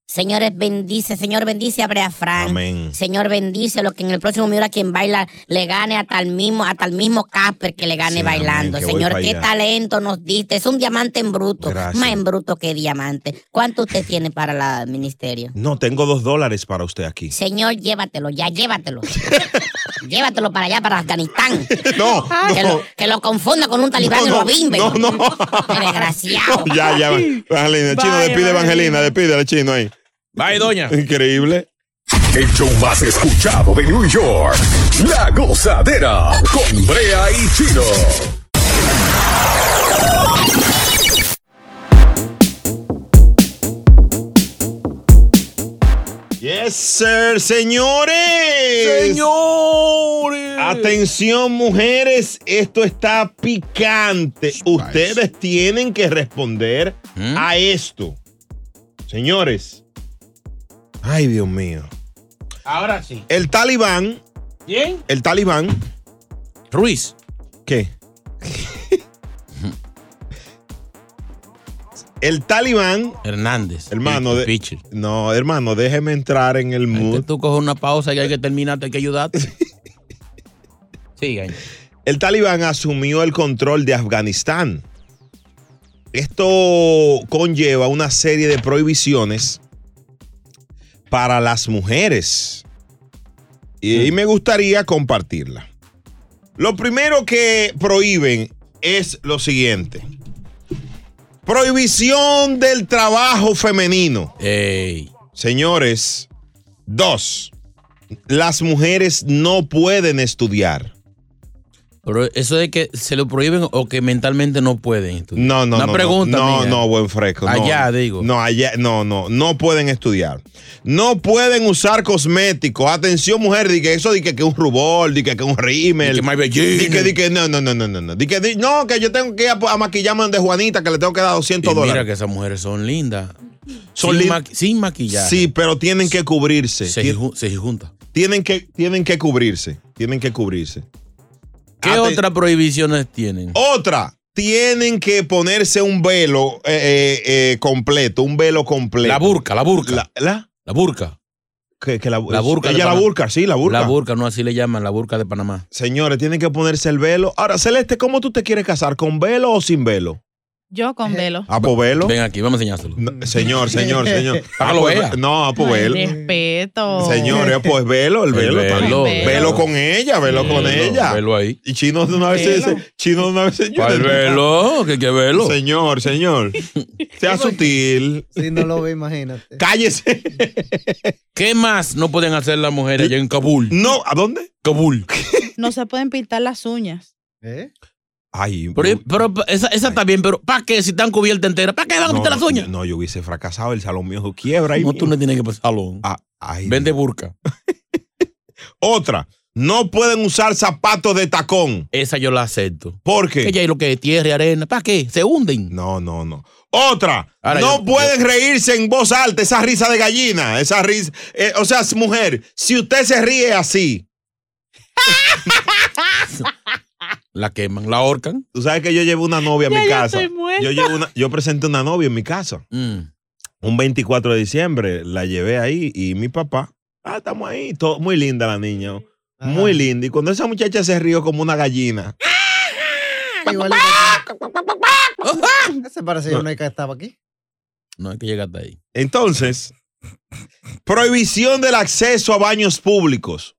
G: Señores, bendice, Señor, bendice a Brea Frank.
A: Amén.
G: Señor, bendice lo que en el próximo mira quien baila le gane hasta el mismo, hasta el mismo Casper que le gane
A: Sí,
G: bailando.
A: amén, que voy
G: Señor,
A: pa'
G: qué
A: allá.
G: talento nos diste. Es un diamante en bruto.
A: Gracias.
G: Más en bruto que diamante. ¿Cuánto usted tiene para la- el ministerio?
A: No, tengo dos dólares para usted aquí.
G: Señor, llévatelo, ya
A: <laughs>
G: llévatelo. llévatelo para allá, para Afganistán.
A: No,
G: Que,
A: no.
G: lo, que lo confunda con un talibán
A: No,
G: y
A: no,
G: lo bimbe.
A: no, no.
G: Qué Desgraciado.
A: No, <laughs> ya, ya. Evangelina, chino,
D: Bye,
A: despide Evangelina,
D: Evangelina.
A: despide al chino ahí.
E: Bye, doña.
A: Increíble.
F: El show más escuchado de New York. La gozadera con Brea y Chino.
A: Yes, sir, señores.
E: Señores.
A: Atención, mujeres, esto está picante. Ustedes tienen que responder
E: ¿Mm?
A: a esto. Señores. Ay, Dios mío.
E: Ahora sí.
A: El talibán.
E: ¿Quién?
A: El talibán.
E: Ruiz.
A: ¿Qué? el talibán.
E: Hernández.
A: Hermano de. No, hermano, déjeme entrar en el mood.
E: Tú coges una pausa y hay que terminarte, hay
A: <laughs>
E: que ayudarte. Sigan.
A: El talibán asumió el control de Afganistán. Esto conlleva una serie de prohibiciones para las mujeres. Y, y me gustaría compartirla. Lo primero que prohíben es lo siguiente. Prohibición del trabajo femenino. Señores, dos, las mujeres no pueden estudiar.
E: Pero eso de que se lo prohíben o que mentalmente no pueden. estudiar.
A: No, no,
E: Una
A: no.
E: pregunta
A: no, no,
E: mía.
A: no, buen fresco. no.
E: Allá, digo.
A: No, allá, no, no, no pueden estudiar. No pueden usar cosméticos. Atención, mujer, di que eso, di que, que un rubor, di que, que un rímel.
E: Di que My Virginia.
A: Di que, di que, no, no, no, no, no. no. Di que, di- no, que yo tengo que ir a, a maquillarme donde Juanita, que le tengo que dar 200
E: Y mira
A: dólares.
E: que esas mujeres son lindas.
A: Son
E: sin,
A: lin-
E: maqui- sin maquillaje.
A: Sí, pero tienen que cubrirse.
E: Se,
A: Tien-
E: ju- se junta.
A: Tienen que, tienen que cubrirse. Tienen que cubrirse.
E: ¿Qué
A: Aten-
E: otras prohibiciones tienen?
A: Otra, tienen que ponerse un velo eh, eh, eh, completo, un velo completo.
E: La burca, la burca.
A: La,
E: La,
A: la-
E: burca.
A: que, que la,
E: La burca
A: Pues,
E: de
A: Ella la
E: Panamá.
A: burca, sí, la burca.
E: La burca, no así le llaman, la burca de Panamá.
A: Señores, tienen que ponerse el velo. Ahora, Celeste, ¿cómo tú te quieres casar? ¿Con velo o sin velo?
D: Yo con velo.
E: ah,
A: ¿A po velo?
E: Ven aquí, vamos a enseñárselo.
A: No, señor, señor, señor.
E: <laughs> Para que
A: Ah,
E: lo
A: pues,
E: vea.
A: No, a po
D: Ay,
A: velo.
D: respeto.
A: Señores, pues velo, el
E: El
A: velo. está bien.
E: velo.
D: Velo.
A: Velo con ella, velo con
E: Velo,
A: ella.
E: Velo ahí.
A: Y Chino de una vez
D: Velo.
A: dice, Chino de una vez señor.
E: ¿Cuál velo? ¿Qué, qué velo?
A: Señor, señor. Sea sutil.
K: Si no lo ve, imagínate.
A: Cállese.
E: ¿Qué más no pueden hacer las mujeres allá en Kabul?
A: No, ¿a dónde?
E: Kabul.
D: No se pueden pintar las uñas.
K: ¿Eh?
A: Ay,
E: Pero, pero esa, esa está bien, pero ¿para qué? Si están cubiertas enteras, ¿para qué van a
A: no,
E: quitar las
A: no,
E: uñas?
A: No, yo hubiese fracasado, el salón mío quiebra. ahí
E: No, tú
A: mismo.
E: no tienes que pasar salón.
A: Ah, ay,
E: Vende burca.
A: <laughs> Otra, no pueden usar zapatos de tacón.
E: Esa yo la acepto.
A: ¿Por qué?
E: Ella y lo que es tierra y arena. ¿Para qué? Se hunden.
A: No, no, no. Otra,
E: Ahora
A: no
E: yo-
A: pueden reírse en voz alta, esa risa de gallina, esa risa. eh, o sea, mujer, si usted se ríe así,
E: <laughs> La queman, la ahorcan.
A: tú sabes que yo llevo una novia a
D: Ya
A: mi
D: yo
A: casa.
D: estoy muerta.
A: Yo, llevo una, yo presenté una novia en mi casa.
E: Mm.
A: un 24 de diciembre, la llevé ahí y mi papá, ah, estamos ahí, todo, muy linda la niña, oh,
K: Ajá.
A: muy linda. Y cuando esa muchacha se rió como una gallina,
K: <laughs> Igual Ese parece una que estaba aquí.
E: No hay que llegar hasta ahí.
A: entonces, prohibición del acceso a baños públicos,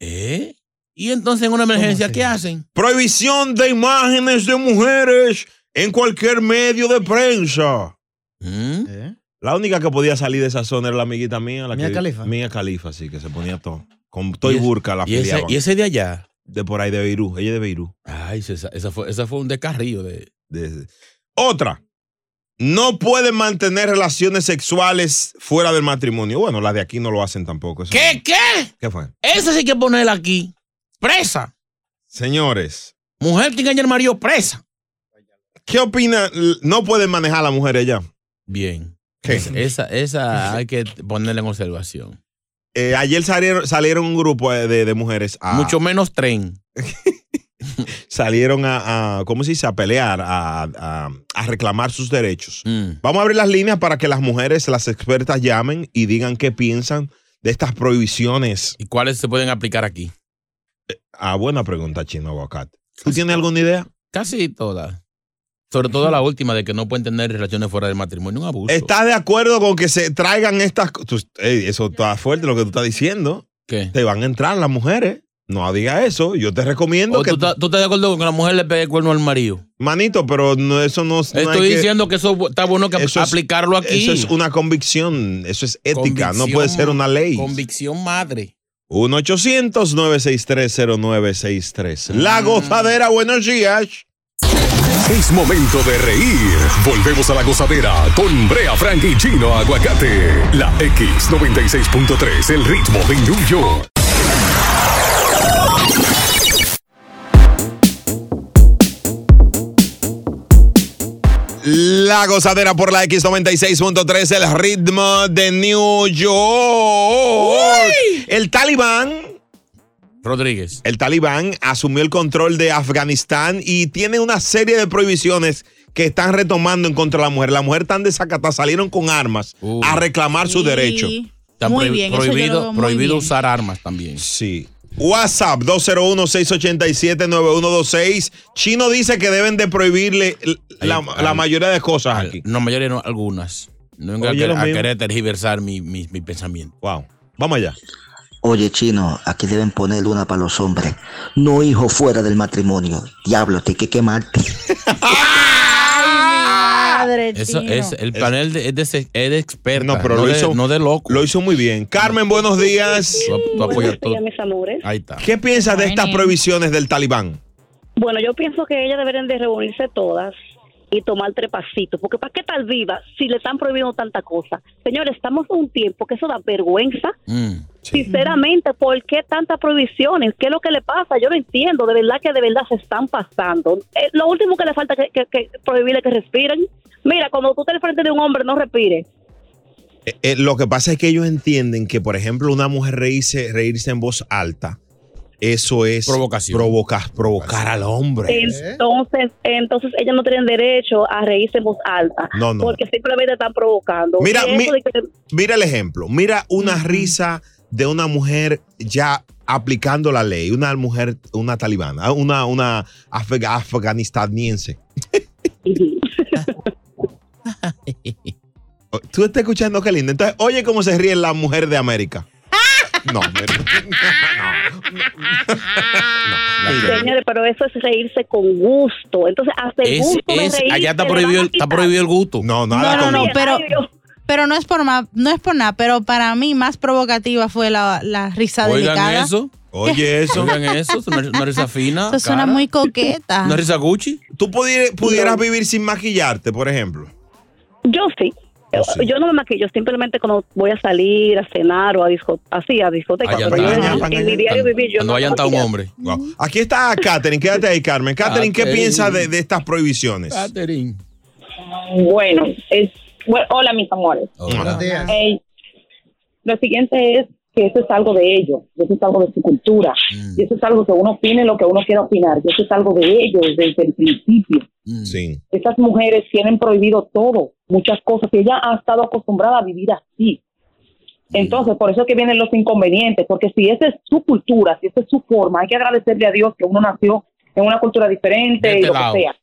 E: ¿Eh? Y entonces en una emergencia,
K: ¿Cómo
E: ¿qué
K: así?
E: hacen?
A: prohibición de imágenes de mujeres en cualquier medio de prensa.
E: Mm.
K: ¿Eh?
A: La única que podía salir de esa zona era la amiguita mía, la
K: Mía
A: que-
K: Khalifa.
A: Mía Califa, sí, que se ponía todo. Con todo
E: Y
A: y
E: es-
A: burka la
E: ¿Y, ese,
A: afiliaban.
E: y ese de allá.
A: De por ahí, de Beirú. Ella es de Beirú.
E: Ay, esa, esa fue, esa fue un descarrío de.
A: de- Otra, no pueden mantener relaciones sexuales fuera del matrimonio. Bueno, las de aquí no lo hacen tampoco. eso
E: ¿Qué?
A: no.
E: ¿Qué?
A: ¿Qué fue?
E: Esa sí hay que ponerla aquí. Presa.
A: Señores,
E: Mujer que engaña al marido presa.
A: ¿qué opina? l- No pueden manejar a la mujer allá.
E: Bien.
A: ¿Qué?
E: Esa, esa, esa hay que ponerla en observación.
A: Eh, ayer salieron, salieron un grupo eh, de, de mujeres a.
E: Mucho menos tren.
A: <laughs> Salieron a, a- ¿Cómo se dice? A pelear, a, a- a reclamar sus derechos.
E: Mm.
A: Vamos a abrir las líneas para que las mujeres, las expertas, llamen y digan qué piensan de estas prohibiciones.
E: ¿Y cuáles se pueden aplicar aquí?
A: Ah, buena pregunta, Chino Aguacate. ¿Tú tienes alguna idea?
E: Casi todas. Sobre todo la última de que no pueden tener relaciones fuera del matrimonio. Un abuso.
A: ¿Estás de acuerdo con que se traigan estas cosas? Eso está fuerte lo que tú estás diciendo.
E: ¿Qué?
A: Te van a entrar las mujeres. No diga eso. Yo te recomiendo
E: ¿O
A: que.
E: tú, estás- tú estás de acuerdo con que la mujer le pegue el cuerno al marido?
A: Manito, pero no, eso no, no hay
E: Estoy
A: que-
E: diciendo que eso bu- está bueno que
A: Eso es-
E: aplicarlo aquí.
A: Eso es una convicción. Eso es ética. No
E: Convicción.
A: puede ser una ley.
E: Convicción madre.
A: 1-800-963-0963.
E: Mm.
A: La gozadera, buenos días.
F: Es momento de reír. Volvemos a la gozadera con Brea Frank y Chino Aguacate. La X96.3, el ritmo de New York.
A: La gozadera por la X96.3, el ritmo de New York. El talibán
E: Rodríguez.
A: El talibán asumió el control de Afganistán y tiene una serie de prohibiciones que están retomando en contra de la mujer. La mujer tan desacatada, salieron con armas a reclamar sus
E: Sí.
A: derechos.
E: Está Muy prohi- bien, eso yo lo prohibido- veo muy prohibido bien. usar armas también.
A: Sí. WhatsApp 201-687-9126. Chino dice que deben de prohibirle l- la, la mayoría de cosas aquí.
E: No, mayoría no, algunas. No venga a
A: Oye,
E: quer-
A: lo
E: a,
A: mismo.
E: querer tergiversar mi, mi, mi pensamiento.
A: Wow. Vamos allá.
L: Oye, chino, aquí deben poner una para los hombres. No hijo fuera del matrimonio. Diablo, te hay que quemarte.
J: Madre
E: Eso es, el panel de- es de, se- es de expertos.
A: No, pero lo hizo-
E: Ah, no de loco.
A: Lo hizo muy bien. Carmen, buenos días.
E: apoyas todo.
M: mis amores.
E: Ahí está.
A: ¿Qué piensas de estas
M: Buenas.
A: prohibiciones del talibán?
M: Bueno, yo pienso que ellas deberían de reunirse todas y tomar trepacito, porque ¿para qué tal viva si le están prohibiendo tanta cosa? Señores, estamos en un tiempo que eso da vergüenza. Mm. Sinceramente, ¿por qué tantas prohibiciones? ¿Qué es lo que le pasa? Yo no entiendo, de verdad que de verdad se están pasando. Eh, lo último que le falta es que, que, que prohibirle que respiren. Mira, cuando tú estás al frente de un hombre, no respires.
A: Eh, eh, lo que pasa es que ellos entienden que, por ejemplo, una mujer reírse, reírse en voz alta, eso es provocación. provocar al hombre.
M: Entonces, entonces ellas no tienen derecho a reírse en voz alta.
A: No, no.
M: Porque simplemente están provocando.
A: Mira,
M: Y
A: mi-
M: eso de que-
A: Mira el ejemplo, mira una risa de una mujer ya aplicando la ley, una mujer, una talibana, una, una afga- afganistaniense. <laughs> Tú estás escuchando qué lindo. Entonces, oye cómo se ríe la mujer de América. No, mira.
M: Señores, pero eso es reírse con gusto. Entonces, hasta el
E: Es-
M: gusto de
E: es-
M: reírse
E: allá está
M: le van
E: prohibido,
M: a
E: el- está
M: quitar.
E: prohibido el gusto.
A: No,
D: No, no, no, pero,
M: Ay, Dios.
D: pero no es por ma- no es por nada, pero para mí más provocativa fue la, la risa delicada. <laughs>
E: Oigan eso.
A: Oye, eso.
E: Oigan eso. Una, una risa fina.
D: Eso suena
E: cara.
D: muy coqueta.
E: Una risa Gucci.
A: ¿Tú pudieras, pudieras vivir sin maquillarte, por ejemplo?
M: Yo sí.
E: Oh,
M: Yo no me maquillo, simplemente cuando voy a salir a cenar o a disco, así a discoteca.
A: Allá
M: pero yo
A: está.
M: en-
A: Allá,
M: en,
A: allá
M: mi
A: está.
M: diario vivir yo no
E: Cuando vayan a un
M: maquillo.
E: hombre.
A: Wow. Aquí está Katherine, quédate ahí, Carmen. Katherine, ¿qué
E: Katherine.
A: piensas de, de estas prohibiciones?
E: Catherine.
N: Bueno, es, bueno, hola mis amores.
A: Hola.
N: Eh, lo siguiente es que eso es algo de ellos, y eso es algo de su cultura, y eso es algo que uno opine lo que uno quiera opinar, y eso es algo de ellos desde el principio.
E: Mm.
A: Sí.
N: Estas mujeres tienen prohibido todo, muchas cosas, y ella ha estado acostumbrada a vivir así. Entonces, por eso es que vienen los inconvenientes, porque si esa es su cultura, si esa es su forma, hay que agradecerle a Dios que uno nació en una cultura diferente
O: De este
N: y lo
O: lado.
N: que sea.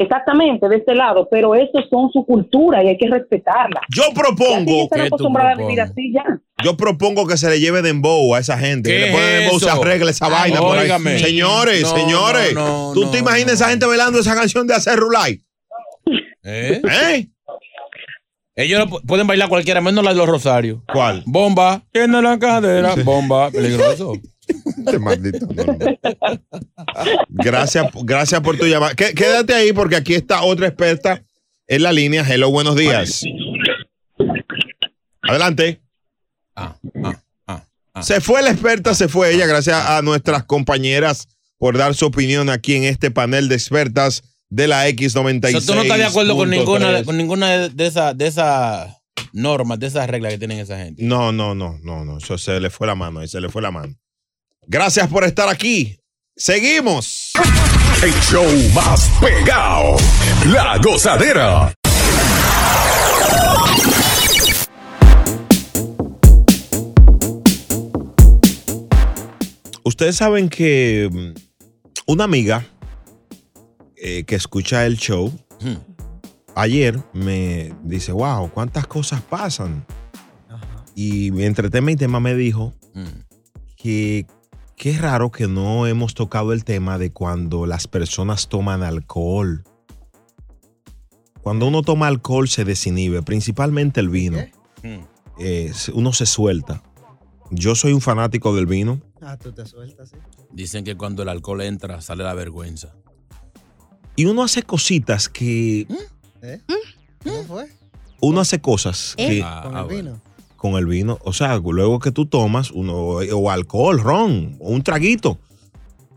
N: Exactamente, de este lado, pero eso son su cultura y hay que respetarla.
A: Yo propongo.
N: Ya están
A: ¿Qué tú
N: acostumbradas a
A: propones?
N: vivir así ya.
A: Yo propongo que se le lleve dembow a esa gente. Que
E: ¿Qué
A: le pongan
E: es
A: dembow, se
E: eso?
A: arregle esa
E: Ay,
A: vaina. por ahí.
E: óigame.
A: Señores,
E: No,
A: señores.
E: no, no,
A: ¿Tú te imaginas esa gente bailando esa canción de hacer rulay?
E: ¿Eh?
A: ¿Eh?
E: Ellos lo pu- pueden bailar cualquiera, menos la de los Rosarios.
A: ¿Cuál?
E: Bomba, tiene la cadera,
A: <laughs>
E: bomba, peligroso.
A: Gracias, gracias por tu llamada. Qué- Quédate ahí porque aquí está otra experta en la línea. Hello, buenos días. Adelante.
E: Ah,
A: Se fue la experta, se fue ella. Gracias a nuestras compañeras por dar su opinión aquí en este panel de expertas de la X96.
E: O sea, tú no estás de acuerdo con ninguna, con ninguna de esas de esas normas, de esas reglas que tienen esa gente.
A: No, no, no, no, no. Eso se le fue la mano, ahí se le fue la mano. Gracias por estar aquí. Seguimos.
F: El show más pegado. La gozadera.
A: Ustedes saben que mm, una amiga eh, que escucha el show ayer me dice, wow, cuántas cosas pasan. Y entre tema y tema me dijo que qué raro que no hemos tocado el tema de cuando las personas toman alcohol. Cuando uno toma alcohol se desinhibe, principalmente el vino.
E: Hmm.
A: Eh, uno se suelta. Yo soy un fanático del vino.
K: Ah, tú te sueltas, sí.
E: Dicen que cuando el alcohol entra, sale la vergüenza.
A: Y uno hace cositas que.
K: ¿Eh? ¿Cómo fue?
A: Uno hace cosas
E: Eh,
A: que.
K: Con el vino.
A: Ah, Con el vino. O sea, luego que tú tomas, uno, eh, o alcohol, ron, o un traguito.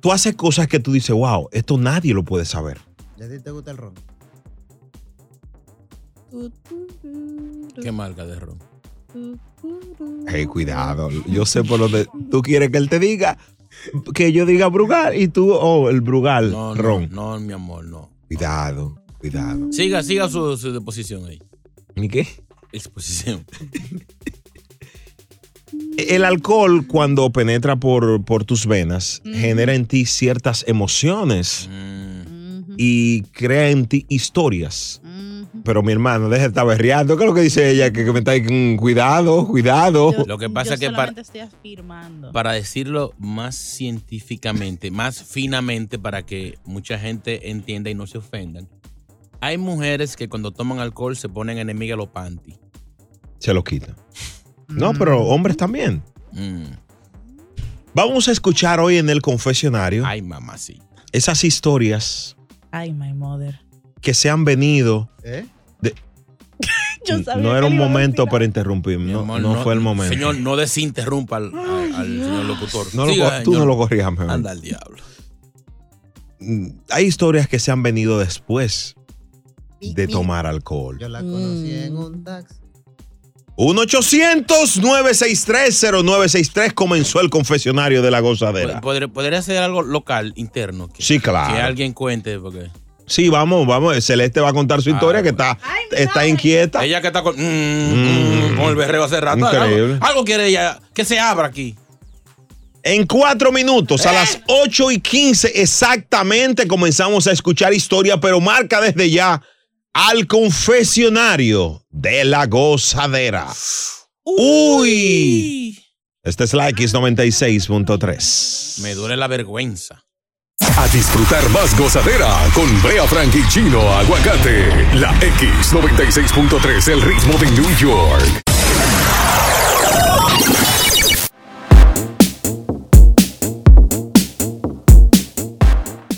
A: Tú haces cosas que tú dices, wow, esto nadie lo puede saber.
K: ¿Y a ti te gusta el ron?
E: ¿Qué marca de ron?
A: Hey, cuidado. Yo sé por lo de. Tú quieres que él te diga que yo diga Brugal y tú, oh, el Brugal,
E: No, no,
A: Ron.
E: no, mi amor, no.
A: Cuidado, cuidado.
E: Siga, siga su, su deposición ahí.
A: ¿Y qué?
E: <laughs> Exposición.
A: El alcohol, cuando penetra por, por tus venas, genera en ti ciertas emociones y crea en ti historias. Pero mi hermano, deja de estar berreando. ¿Qué es lo que dice ella? Que, que me está ahí, mm, cuidado, cuidado.
E: Lo que pasa
D: Yo
E: es que para,
D: solamente estoy afirmando.
E: para decirlo más científicamente, más finamente, para que mucha gente entienda y no se ofendan, hay mujeres que cuando toman alcohol se ponen enemigas a los panties.
A: se lo quita. No, pero hombres también. Vamos a escuchar hoy en el confesionario.
E: Ay, mamá, sí.
A: Esas historias
D: Ay, my mother.
A: que se han venido.
D: Yo sabía
A: No era
D: que
A: un
D: le iba a
A: momento para interrumpir. No,
E: Amor,
A: no fue el momento.
E: Señor, no desinterrumpa al, al- al señor locutor.
A: No lo
E: Siga,
A: cor- tú
E: señor.
A: no lo corrijas, mejor.
E: Anda al diablo.
A: Mm, Hay historias que se han venido después de tomar alcohol.
K: Yo la conocí en un taxi.
A: 1-800-963-0963 comenzó el confesionario de la gozadera.
E: Podría, podría hacer algo local, interno. Que,
A: Sí, claro.
E: que alguien cuente. Porque
A: Sí, vamos, vamos. Celeste va a contar su historia que está, está inquieta.
E: ella que está con, mm, mm, con el berreo hace rato.
A: Increíble.
E: Algo, algo quiere ella que se abra aquí.
A: En cuatro minutos, a las 8 y 15 exactamente, comenzamos a escuchar historia, pero marca desde ya al confesionario de la gozadera. Uy. Este es la X96.3.
E: Me duele la vergüenza.
F: A disfrutar más gozadera con Brea Frank y Chino Aguacate. La X96.3, el ritmo de New York.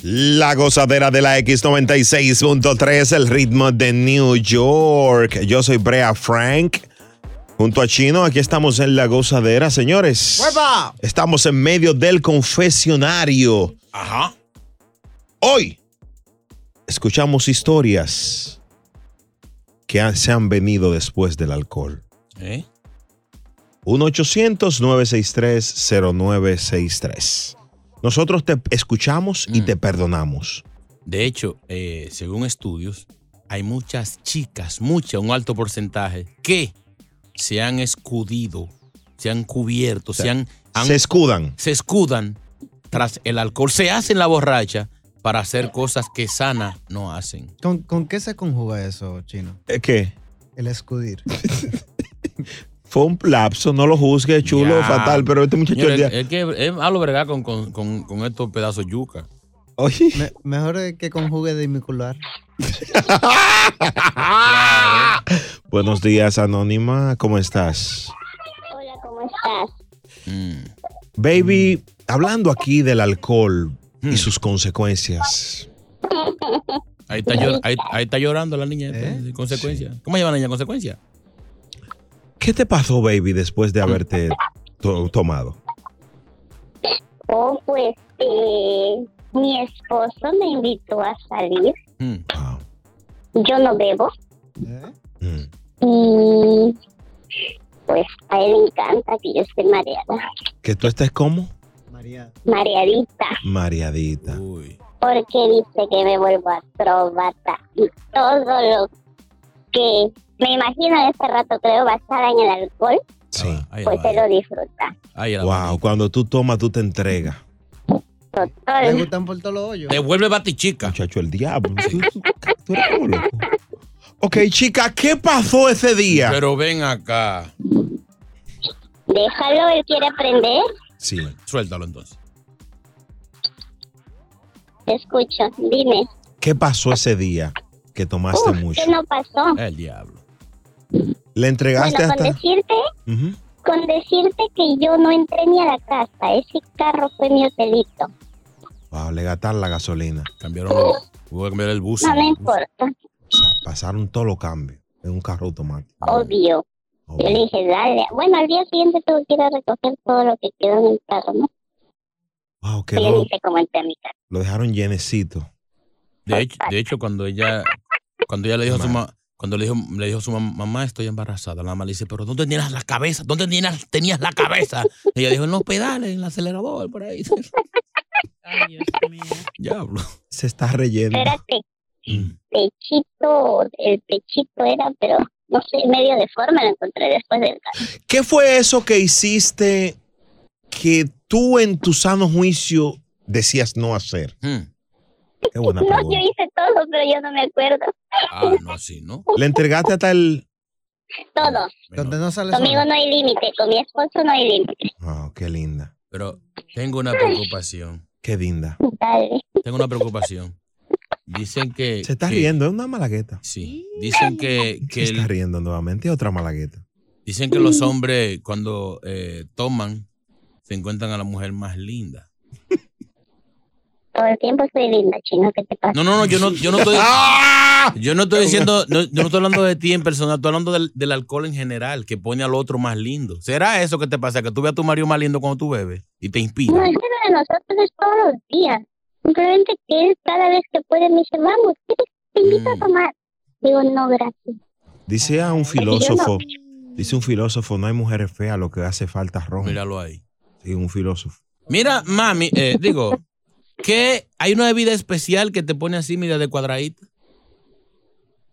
A: La gozadera de la X96.3, el ritmo de New York. Yo soy Brea Frank. Junto a Chino, aquí estamos en la gozadera, señores.
K: ¡Hueva!
A: Estamos en medio del confesionario.
E: Ajá.
A: Hoy escuchamos historias que han- se han venido después del alcohol.
E: ¿Eh?
A: 1-800-963-0963. Nosotros te escuchamos y te perdonamos.
E: De hecho, eh, según estudios, hay muchas chicas, muchas, un alto porcentaje, que se han escudido, se han cubierto, se han, han-
A: Se escudan.
E: se escudan tras el alcohol, se hacen la borracha para hacer cosas que sana no hacen.
K: ¿Con, con qué se conjuga eso, chino?
A: ¿Qué? <laughs>
K: El escudir.
A: Fue un lapso, no lo juzgue, chulo,
E: Ya.
A: fatal, pero este muchacho
E: Señores,
A: el día-
E: es que es malo bregar con, con- con- con estos pedazos de yuca.
K: Me- mejor eh, que conjugue de micular.
A: Buenos días, Anónima, ¿cómo estás?
O: ¿Cómo estás?
A: Baby, hablando aquí del alcohol y sus consecuencias.
E: Ahí está, llor- ahí, ahí está llorando la niña.
A: ¿Eh?
E: esta, de consecuencia. ¿Cómo llama la niña? Consecuencia.
A: ¿Qué te pasó, baby, después de haberte to- tomado?
O: Oh, pues eh, mi esposo me invitó a salir. Yo no bebo. Y pues a él le encanta que yo esté mareada,
A: ¿Que tú estés como?
O: mareadita,
A: Mareadita.
O: porque dice que me vuelvo acróbata y todo lo que me imagino en este rato creo basada en el alcohol,
A: Sí.
O: pues se lo disfruta.
A: wow, cuando tú tomas, tú te entregas.
K: Le gustan por todos los hoyos.
E: Te vuelve batichica.
A: Muchacho, el diablo. Tú, tú- <laughs> tú eres como loco. Ok, chica, ¿qué pasó ese día?
E: Pero ven acá.
O: Déjalo, él quiere aprender.
A: Sí.
E: Suéltalo entonces.
O: Te escucho, dime.
A: ¿Qué pasó ese día que tomaste
O: Uf,
A: mucho?
O: ¿Qué no pasó?
E: El diablo.
A: ¿Le entregaste
O: Bueno, con
A: hasta...?
O: decirte,
A: Ujú.
O: con decirte que yo no entré ni a la casa, ese carro fue mi hotelito.
A: Wow, le gastaron la gasolina.
E: Cambiaron, hubo que cambiar el bus.
O: No me
A: Ah,
O: importa,
A: Pasaron todos los cambios en un carro automático.
O: obvio.
A: Ah,
O: Yo le dije, dale. Bueno, al día siguiente tuve que ir a recoger todo lo que quedó en el carro, ¿no?
A: Wow, que
O: Y yo
A: lo,
O: ni sé cómo entré a mi casa.
A: lo dejaron llenecito.
E: De hecho, de hecho, cuando ella, cuando ella le dijo a su mamá, Cuando le dijo, le dijo a su mam- mamá, estoy embarazada, la mamá le dice, pero ¿dónde tenías la cabeza? ¿Dónde tenías, tenías la cabeza? Ella dijo, en los pedales, en el acelerador, por ahí. <laughs> Diablo.
K: Se está reyendo.
O: Espérate. Pechito, el pechito era, pero no sé, medio deforme lo encontré después del caso.
A: ¿Qué fue eso que hiciste que tú en tu sano juicio decías no hacer?
E: Hmm.
A: Qué buena
O: <laughs> no,
A: pregunta. Ah,
O: yo hice todo, pero yo no me acuerdo.
A: <laughs>
O: <laughs>
A: Le entregaste hasta el.
O: Todo.
K: Donde no sale
O: Conmigo no hay límite, con mi esposo no hay límite.
A: Oh, qué linda.
E: Pero tengo una preocupación.
A: Qué linda.
O: Dale.
E: Tengo una preocupación. Dicen que.
A: Se está
E: que-
A: riendo, es una malagueta.
E: Sí. Dicen que, que
A: Se está riendo nuevamente, otra malagueta.
E: Dicen que los hombres cuando eh, toman se encuentran a la mujer más linda.
O: Todo el tiempo soy linda, chino, ¿qué te pasa?
E: No, no, no, yo no, yo no estoy. Yo no estoy diciendo, no, yo no estoy hablando de ti en personal, estoy hablando del, del alcohol en general, que pone al otro más lindo. ¿Será eso que te pasa? Que tú veas a tu marido más lindo cuando tú bebes y te inspira.
O: No, es que lo de nosotros es todos los días. Simplemente que él cada vez que puede me dice, vamos, ¿quieres? te invito
A: Mm.
O: a tomar. Digo, no, gracias.
A: Dice a un filósofo, dice un filósofo, no hay mujeres feas, lo que hace falta es ron.
E: Míralo ahí.
A: Sí, un filósofo.
E: Mira, mami, eh, digo, que hay una bebida especial que te pone así, mira, de cuadradita.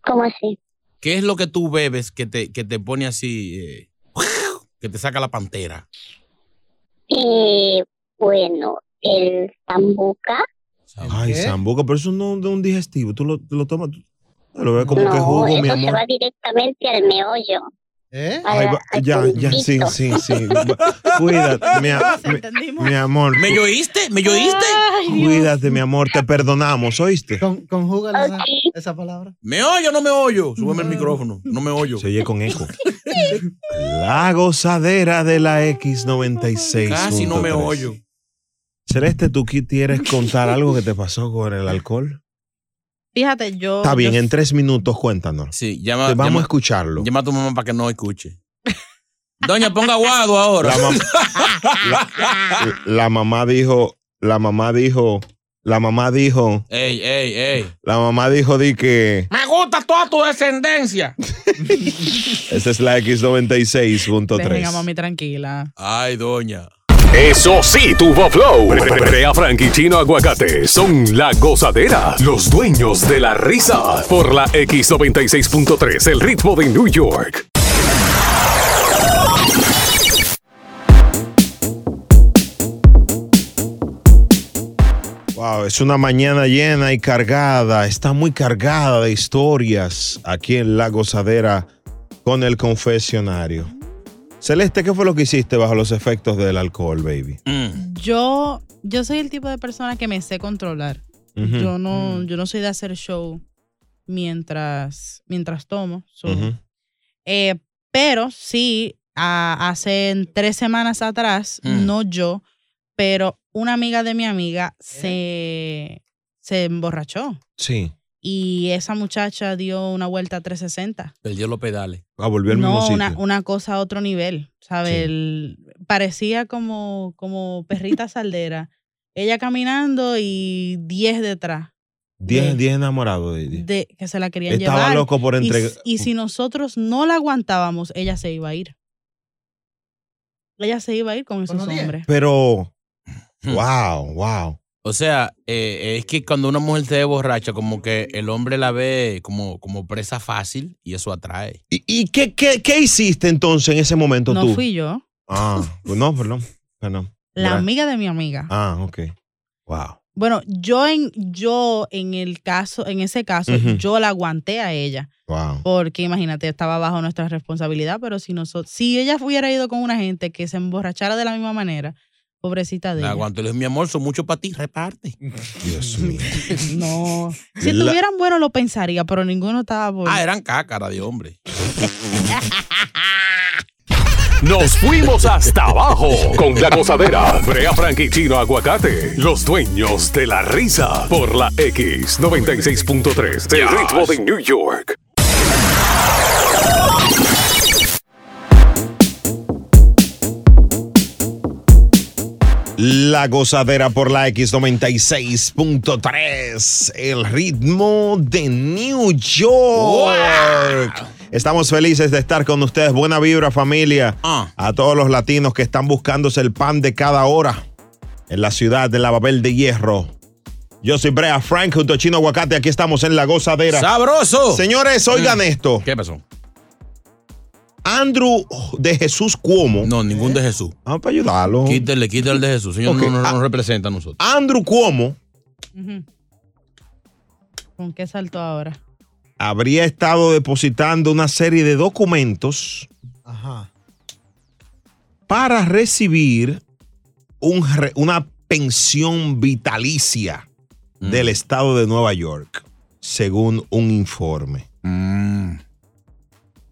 O: ¿Cómo así?
E: ¿Qué es lo que tú bebes que te, que te pone así, eh, que te saca la pantera?
O: Eh, bueno, el sambuca.
A: Ay, Zambuca, pero eso no es de un digestivo. Tú lo, tú lo tomas, tú tú lo ves como que jugo,
O: eso
A: mi
O: se
A: amor.
O: va directamente al meollo.
K: ¿Eh?
A: Ay, va- ya, ya, sí, sí, sí. Va- Cuídate, mi, a- mi, mi amor.
E: ¿Me oíste? ¿Me oíste?
A: Cuídate, mi amor, te perdonamos, ¿oíste?
K: Conjúgale esa, esa palabra.
E: ¿Me oye o no me oyo? Súbeme el micrófono. No me oyo.
A: Se oye con eco. La gozadera de la X96.
E: Casi no me oyo.
A: Celeste, ¿tú qui- quieres contar algo que te pasó con el alcohol?
D: Fíjate, yo.
A: Está bien,
D: yo-
A: en tres minutos cuéntanos.
E: Sí, llama.
A: Te vamos
E: llama-
A: a escucharlo.
E: Llama a tu mamá para que no escuche. Doña, ponga guado ahora.
A: La mamá dijo, la mamá dijo, la mamá dijo,
E: ey, ey, ey.
A: la mamá dijo di que
E: Me gusta toda tu descendencia.
A: esta es la
D: Dejen a
A: X96.3.
D: mami tranquila.
E: Ay, doña.
F: Eso sí, tuvo flow. Brea Frank y Chino Aguacate son la gozadera, los dueños de la risa. Por la X96.3, el ritmo de New York.
A: Wow, es una mañana llena y cargada, está muy cargada de historias aquí en La Gozadera con el confesionario. Celeste, ¿qué fue lo que hiciste bajo los efectos del alcohol, baby?
D: Yo, yo soy el tipo de persona que me sé controlar.
A: Ujú.
D: Yo no, yo no soy de hacer show mientras, mientras tomo. so-
A: Ujú.
D: Eh, pero sí, a- hace tres semanas atrás,
P: Mm.
D: no yo, pero una amiga de mi amiga se, se emborrachó.
A: Sí.
D: Y esa muchacha dio una vuelta a 360.
E: Perdió los pedales.
A: Ah, volvió al mismo
D: No,
A: sitio.
D: una, una cosa a otro nivel, ¿sabes?
A: Sí.
D: El- parecía como, como perrita saldera. Ella caminando y 10 detrás
A: Diez, diez enamorados. de ella.
D: de que se la querían
A: Estaba
D: llevar.
A: loco por
D: Y s-
A: entregar-
D: Y, si nosotros no la aguantábamos, ella se iba a ir. Ella se iba a ir con esos hombres.
A: Pero,
D: Hmm.
A: wow, wow.
E: O sea, eh, es que cuando una mujer se ve borracha, como que el hombre la ve como, como presa fácil y eso atrae.
A: ¿Y, y qué, qué- qué hiciste entonces en ese momento
D: No
A: tú?
D: fui yo,
A: Ah, pues no, perdón. Perdón.
D: la
A: Gra-
D: amiga de mi amiga.
A: Ah, ok. Wow.
D: Bueno, yo en, yo en el caso, en ese caso,
A: Ujú.
D: yo la aguanté a ella.
A: Wow.
D: Porque imagínate, estaba bajo nuestra responsabilidad, pero si nosotros, si ella hubiera ido con una gente que se emborrachara de la misma manera, pobrecita de
E: La
D: ella.
E: aguanto. Le digo, mi amor, son mucho para ti, reparte.
D: <laughs>
A: Dios mío.
D: No. Si
E: La-
D: estuvieran buenos lo pensaría, pero ninguno estaba bueno.
E: Ah, eran cácara de hombre.
F: Nos fuimos hasta abajo con la gozadera. Brea Frank y Chino Aguacate, los dueños de la risa. Por la X96.3, el ritmo de New York.
A: La gozadera por la X96.3. El ritmo de New York. Estamos felices de estar con ustedes. Buena vibra, familia.
E: Ah.
A: A todos los latinos que están buscándose el pan de cada hora en la ciudad de la Babel de Hierro. Yo soy Brea Frank junto a Chino Aguacate. Aquí estamos en La Gozadera.
E: ¡Sabroso!
A: Señores, oigan
E: Mm.
A: esto.
E: ¿Qué pasó?
A: Andrew de Jesús Cuomo.
E: No, ningún de Jesús.
A: Ah, para ayudarlo.
E: Quítale, quítale el de Jesús. Señor,
A: Ok,
E: no, no, no
A: ah.
E: nos representa a nosotros.
A: Andrew Cuomo
D: Ujú. ¿Con qué saltó ahora?
A: habría estado depositando una serie de documentos para recibir un re- una pensión vitalicia del estado de Nueva York, según un informe. Mm.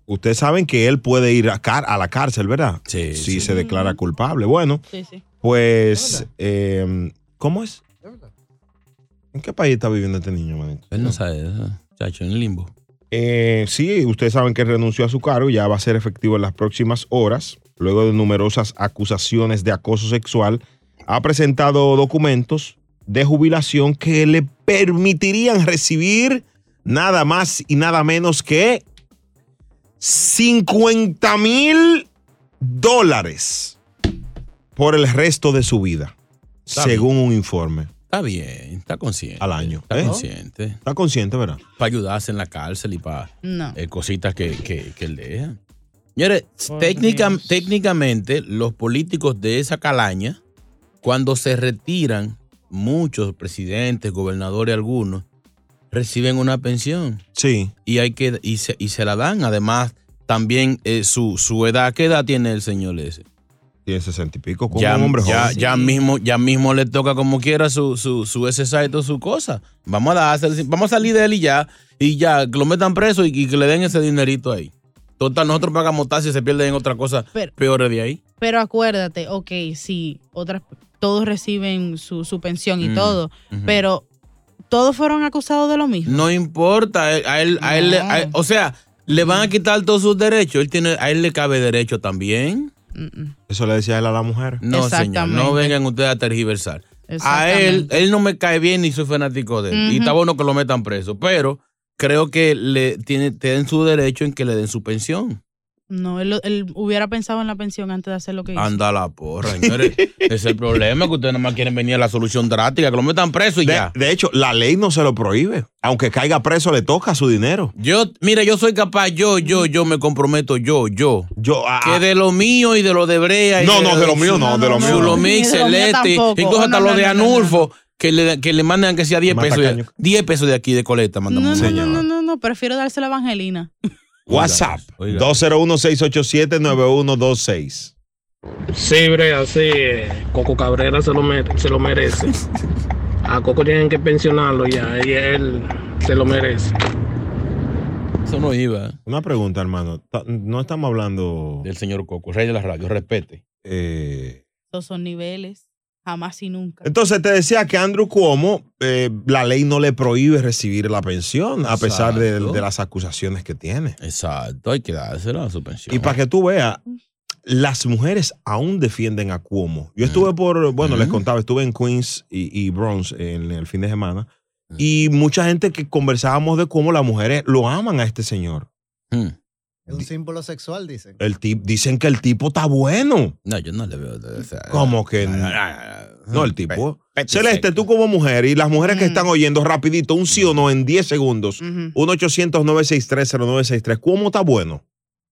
A: Ustedes saben que él puede ir a, car- a la cárcel, ¿verdad? Sí. Si se declara culpable. Bueno,
D: Mm. Sí, sí.
A: pues, eh, ¿cómo es? ¿En qué país está viviendo este niño, manito?
E: Él no sabe, ¿eh? chacho, en el limbo.
A: Eh, sí, ustedes saben que renunció a su cargo, ya va a ser efectivo en las próximas horas, luego de numerosas acusaciones de acoso sexual, ha presentado documentos de jubilación que le permitirían recibir nada más y nada menos que 50 mil dólares por el resto de su vida,
E: Está
A: según un informe.
E: Está bien, está consciente.
A: Al año.
E: Está
A: ¿eh?
E: consciente.
A: Está consciente, ¿verdad?
E: Para ayudarse en la cárcel y para
D: No.
E: cositas que, que, que él deja. Señores,
D: Por
E: técnica-
D: Dios.
E: técnicamente, los políticos de esa calaña, cuando se retiran, muchos presidentes, gobernadores, algunos, reciben una pensión.
A: Sí.
E: Y, hay que, y, se, y se la dan. Además, también eh, su, su edad, ¿qué edad tiene el señor ese?
A: Tiene 60 y pico, como
E: ya,
A: un hombre
E: ya,
A: joven.
E: ya mismo, ya mismo le toca como quiera su, su, su SSA y toda su cosa. Vamos a darse- vamos a salir de él y ya, y ya, que lo metan preso y, y que le den ese dinerito ahí. Total, nosotros pagamos taxi y se pierden en otra cosa
D: Pero-
E: peores de ahí.
D: Pero acuérdate, ok, sí, otras, todos reciben su, su pensión y
E: Mm,
D: todo, pero todos fueron acusados de lo mismo.
E: No importa, él- a él, a él, le- a él- o sea, le van a quitar todos sus derechos. Él tiene, a él le cabe derecho también.
A: Eso le decía él a la mujer.
E: No, señor, no
A: Exactamente.
E: vengan ustedes a tergiversar. A
A: Exactamente.
E: él, él no me cae bien ni soy fanático de él. Y
A: Ujú.
E: está bueno que lo metan preso, pero creo que le tiene, te den su derecho en que le den su pensión.
D: No, él, él hubiera pensado en la pensión antes de hacer lo que hizo.
E: Anda la porra,
A: <laughs>
E: señores. Ese es el problema, que ustedes nomás quieren venir a la solución drástica, que lo metan preso y ya.
A: De hecho, la ley no se lo prohíbe. Aunque caiga preso, le toca su dinero.
E: Yo, mira, yo soy capaz, yo, yo, yo me comprometo, yo, yo.
A: Yo, ah,
E: Que de lo mío y de lo de Brea. y
A: No, no, de lo mío no, de lo mío no.
E: Zulomí,
A: Ni de lo mío
E: Celeste,
A: tampoco.
E: incluso hasta
A: No,
E: lo
A: no,
E: de
A: no, no,
E: Anulfo, que le, que le mandan que sea 10
A: Mata
E: pesos. de-
A: caño.
E: 10 pesos de aquí de coleta, mandamos.
D: No, no, no, no, no, prefiero dárselo a Evangelina.
A: WhatsApp. 201-687-9126.
P: Sí, Brea, sí. Coco Cabrera se lo, mere- se lo merece. A Coco tienen que pensionarlo ya, y él se lo merece.
E: Eso no iba.
A: Una pregunta, hermano. Ta- No estamos hablando. Eh,
E: Del señor Coco, rey de la radio, respete.
D: Estos son niveles, jamás y nunca.
A: entonces te decía que Andrew Cuomo, eh, la ley no le prohíbe recibir la pensión, a pesar de,
E: Exacto.
A: de las acusaciones que tiene.
E: Exacto, hay que dársela a su pensión.
A: Y para que tú veas, las mujeres aún defienden a Cuomo. Yo
E: Mm.
A: estuve por, bueno, les contaba, estuve en Queens y, y Bronx en el fin de semana.
E: Mm.
A: Y mucha gente que conversábamos de cómo las mujeres lo aman a este señor.
K: Es un símbolo sexual, dicen.
A: El tip, dicen que el tipo está bueno.
E: No, yo no le veo. O sea,
A: ¿Cómo que no? No, el tipo. Celeste, tú como mujer y las mujeres que están oyendo rapidito, un sí o no en 10 segundos. 1-800-963-0963. ¿Cómo está bueno?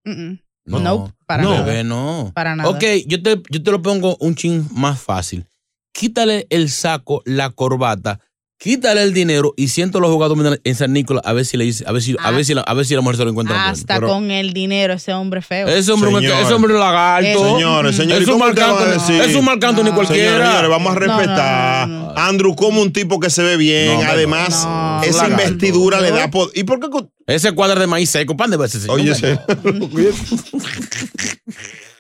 D: Mm-mm.
E: No,
D: para
E: no,
D: nada.
E: bebé, Eh, no.
D: Para nada.
E: Ok, yo te, yo te lo pongo un chin más fácil. Quítale el saco, la corbata, quítale el dinero y siento a los jugadores dominicales en San Nicolás a ver si le dice, a ver si,
A: Ah.
E: a ver si, la, a ver si la mujer se lo encuentra.
D: Hasta con el dinero, ese hombre feo.
E: Ese hombre, ese hombre es lagarto.
A: Señores, señores,
E: es un
A: ¿cómo
E: Marc
A: te va a
E: Anthony-
A: decir?
E: Es un Marc Anthony
A: Señores,
E: cualquiera.
A: señores, vamos a
E: No, no, no,
A: respetar. Andrew como un tipo que se ve bien.
E: No, no,
A: Además,
E: no.
A: esa
E: Lagarto.
A: investidura le da... po- ¿Y por qué co-
E: Ese cuadro de maíz seco, pan de veces. señor.
A: Oye, ese- <laughs>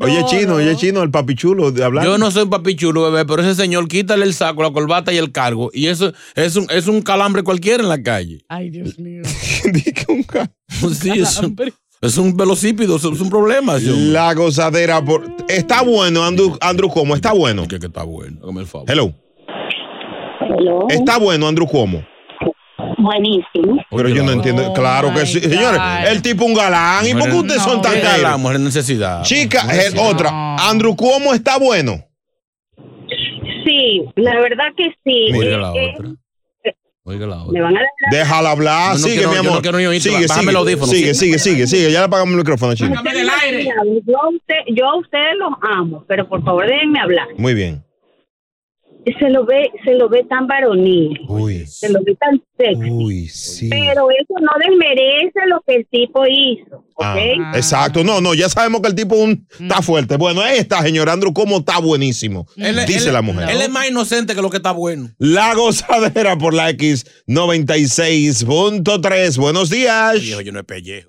A: Oye, chino, oye, chino, el papichulo de hablar.
E: Yo no <laughs> soy papi chulo, bebé, pero ese señor quítale el saco, la corbata y el cargo. Y eso es un, es un calambre cualquiera en la calle.
D: Ay, Dios mío.
E: Sí, es un, Es un velocípido, es un problema.
A: La gozadera. Por... Está bueno, Andrew, Andrew Cuomo, está bueno.
E: que está bueno, hágame el favor.
A: Hello. Está bueno, Andrew Cuomo.
C: Buenísimo.
A: Pero yo no entiendo. claro que sí. Señores, el tipo un galán. Ah, ¿Y por qué ustedes son tan caros?
E: Hablamos en necesidad.
A: Chica, eh, otra. Andrew Cuomo está bueno.
C: Sí, la verdad que sí.
E: Mira
C: Eh,
E: la
C: eh,
E: otra. Oiga la otra.
C: me van a dar
A: Déjala hablar.
E: Yo no
A: sigue,
E: quiero-
A: mi
E: yo
A: amor.
E: no quiero ni oírte.
A: sigue,
E: Bájame
A: sigue,
E: el audífono.
A: sigue,
E: Sí.
A: sigue, sigue, sigue. Ya le apagamos el micrófono, chica.
C: Ustedes no tienen habla. Yo a, usted- yo a ustedes los amo, pero por favor déjenme hablar.
A: Muy bien.
C: Se lo ve, se lo ve tan varonil,
A: Uy,
C: se lo ve tan sexy,
A: uy, sí.
C: pero eso no desmerece lo que el tipo hizo, ¿ok?
A: Ah, Exacto, no, no, ya sabemos que el tipo un-
E: Mm.
A: está fuerte. Bueno, ahí está, señor Andrew, cómo está buenísimo.
E: Él es-
A: dice
E: él-
A: la mujer.
E: Él es más inocente que lo que está bueno.
A: La gozadera por la X96.3. Buenos días.
E: Viejo, yo no es pellejo.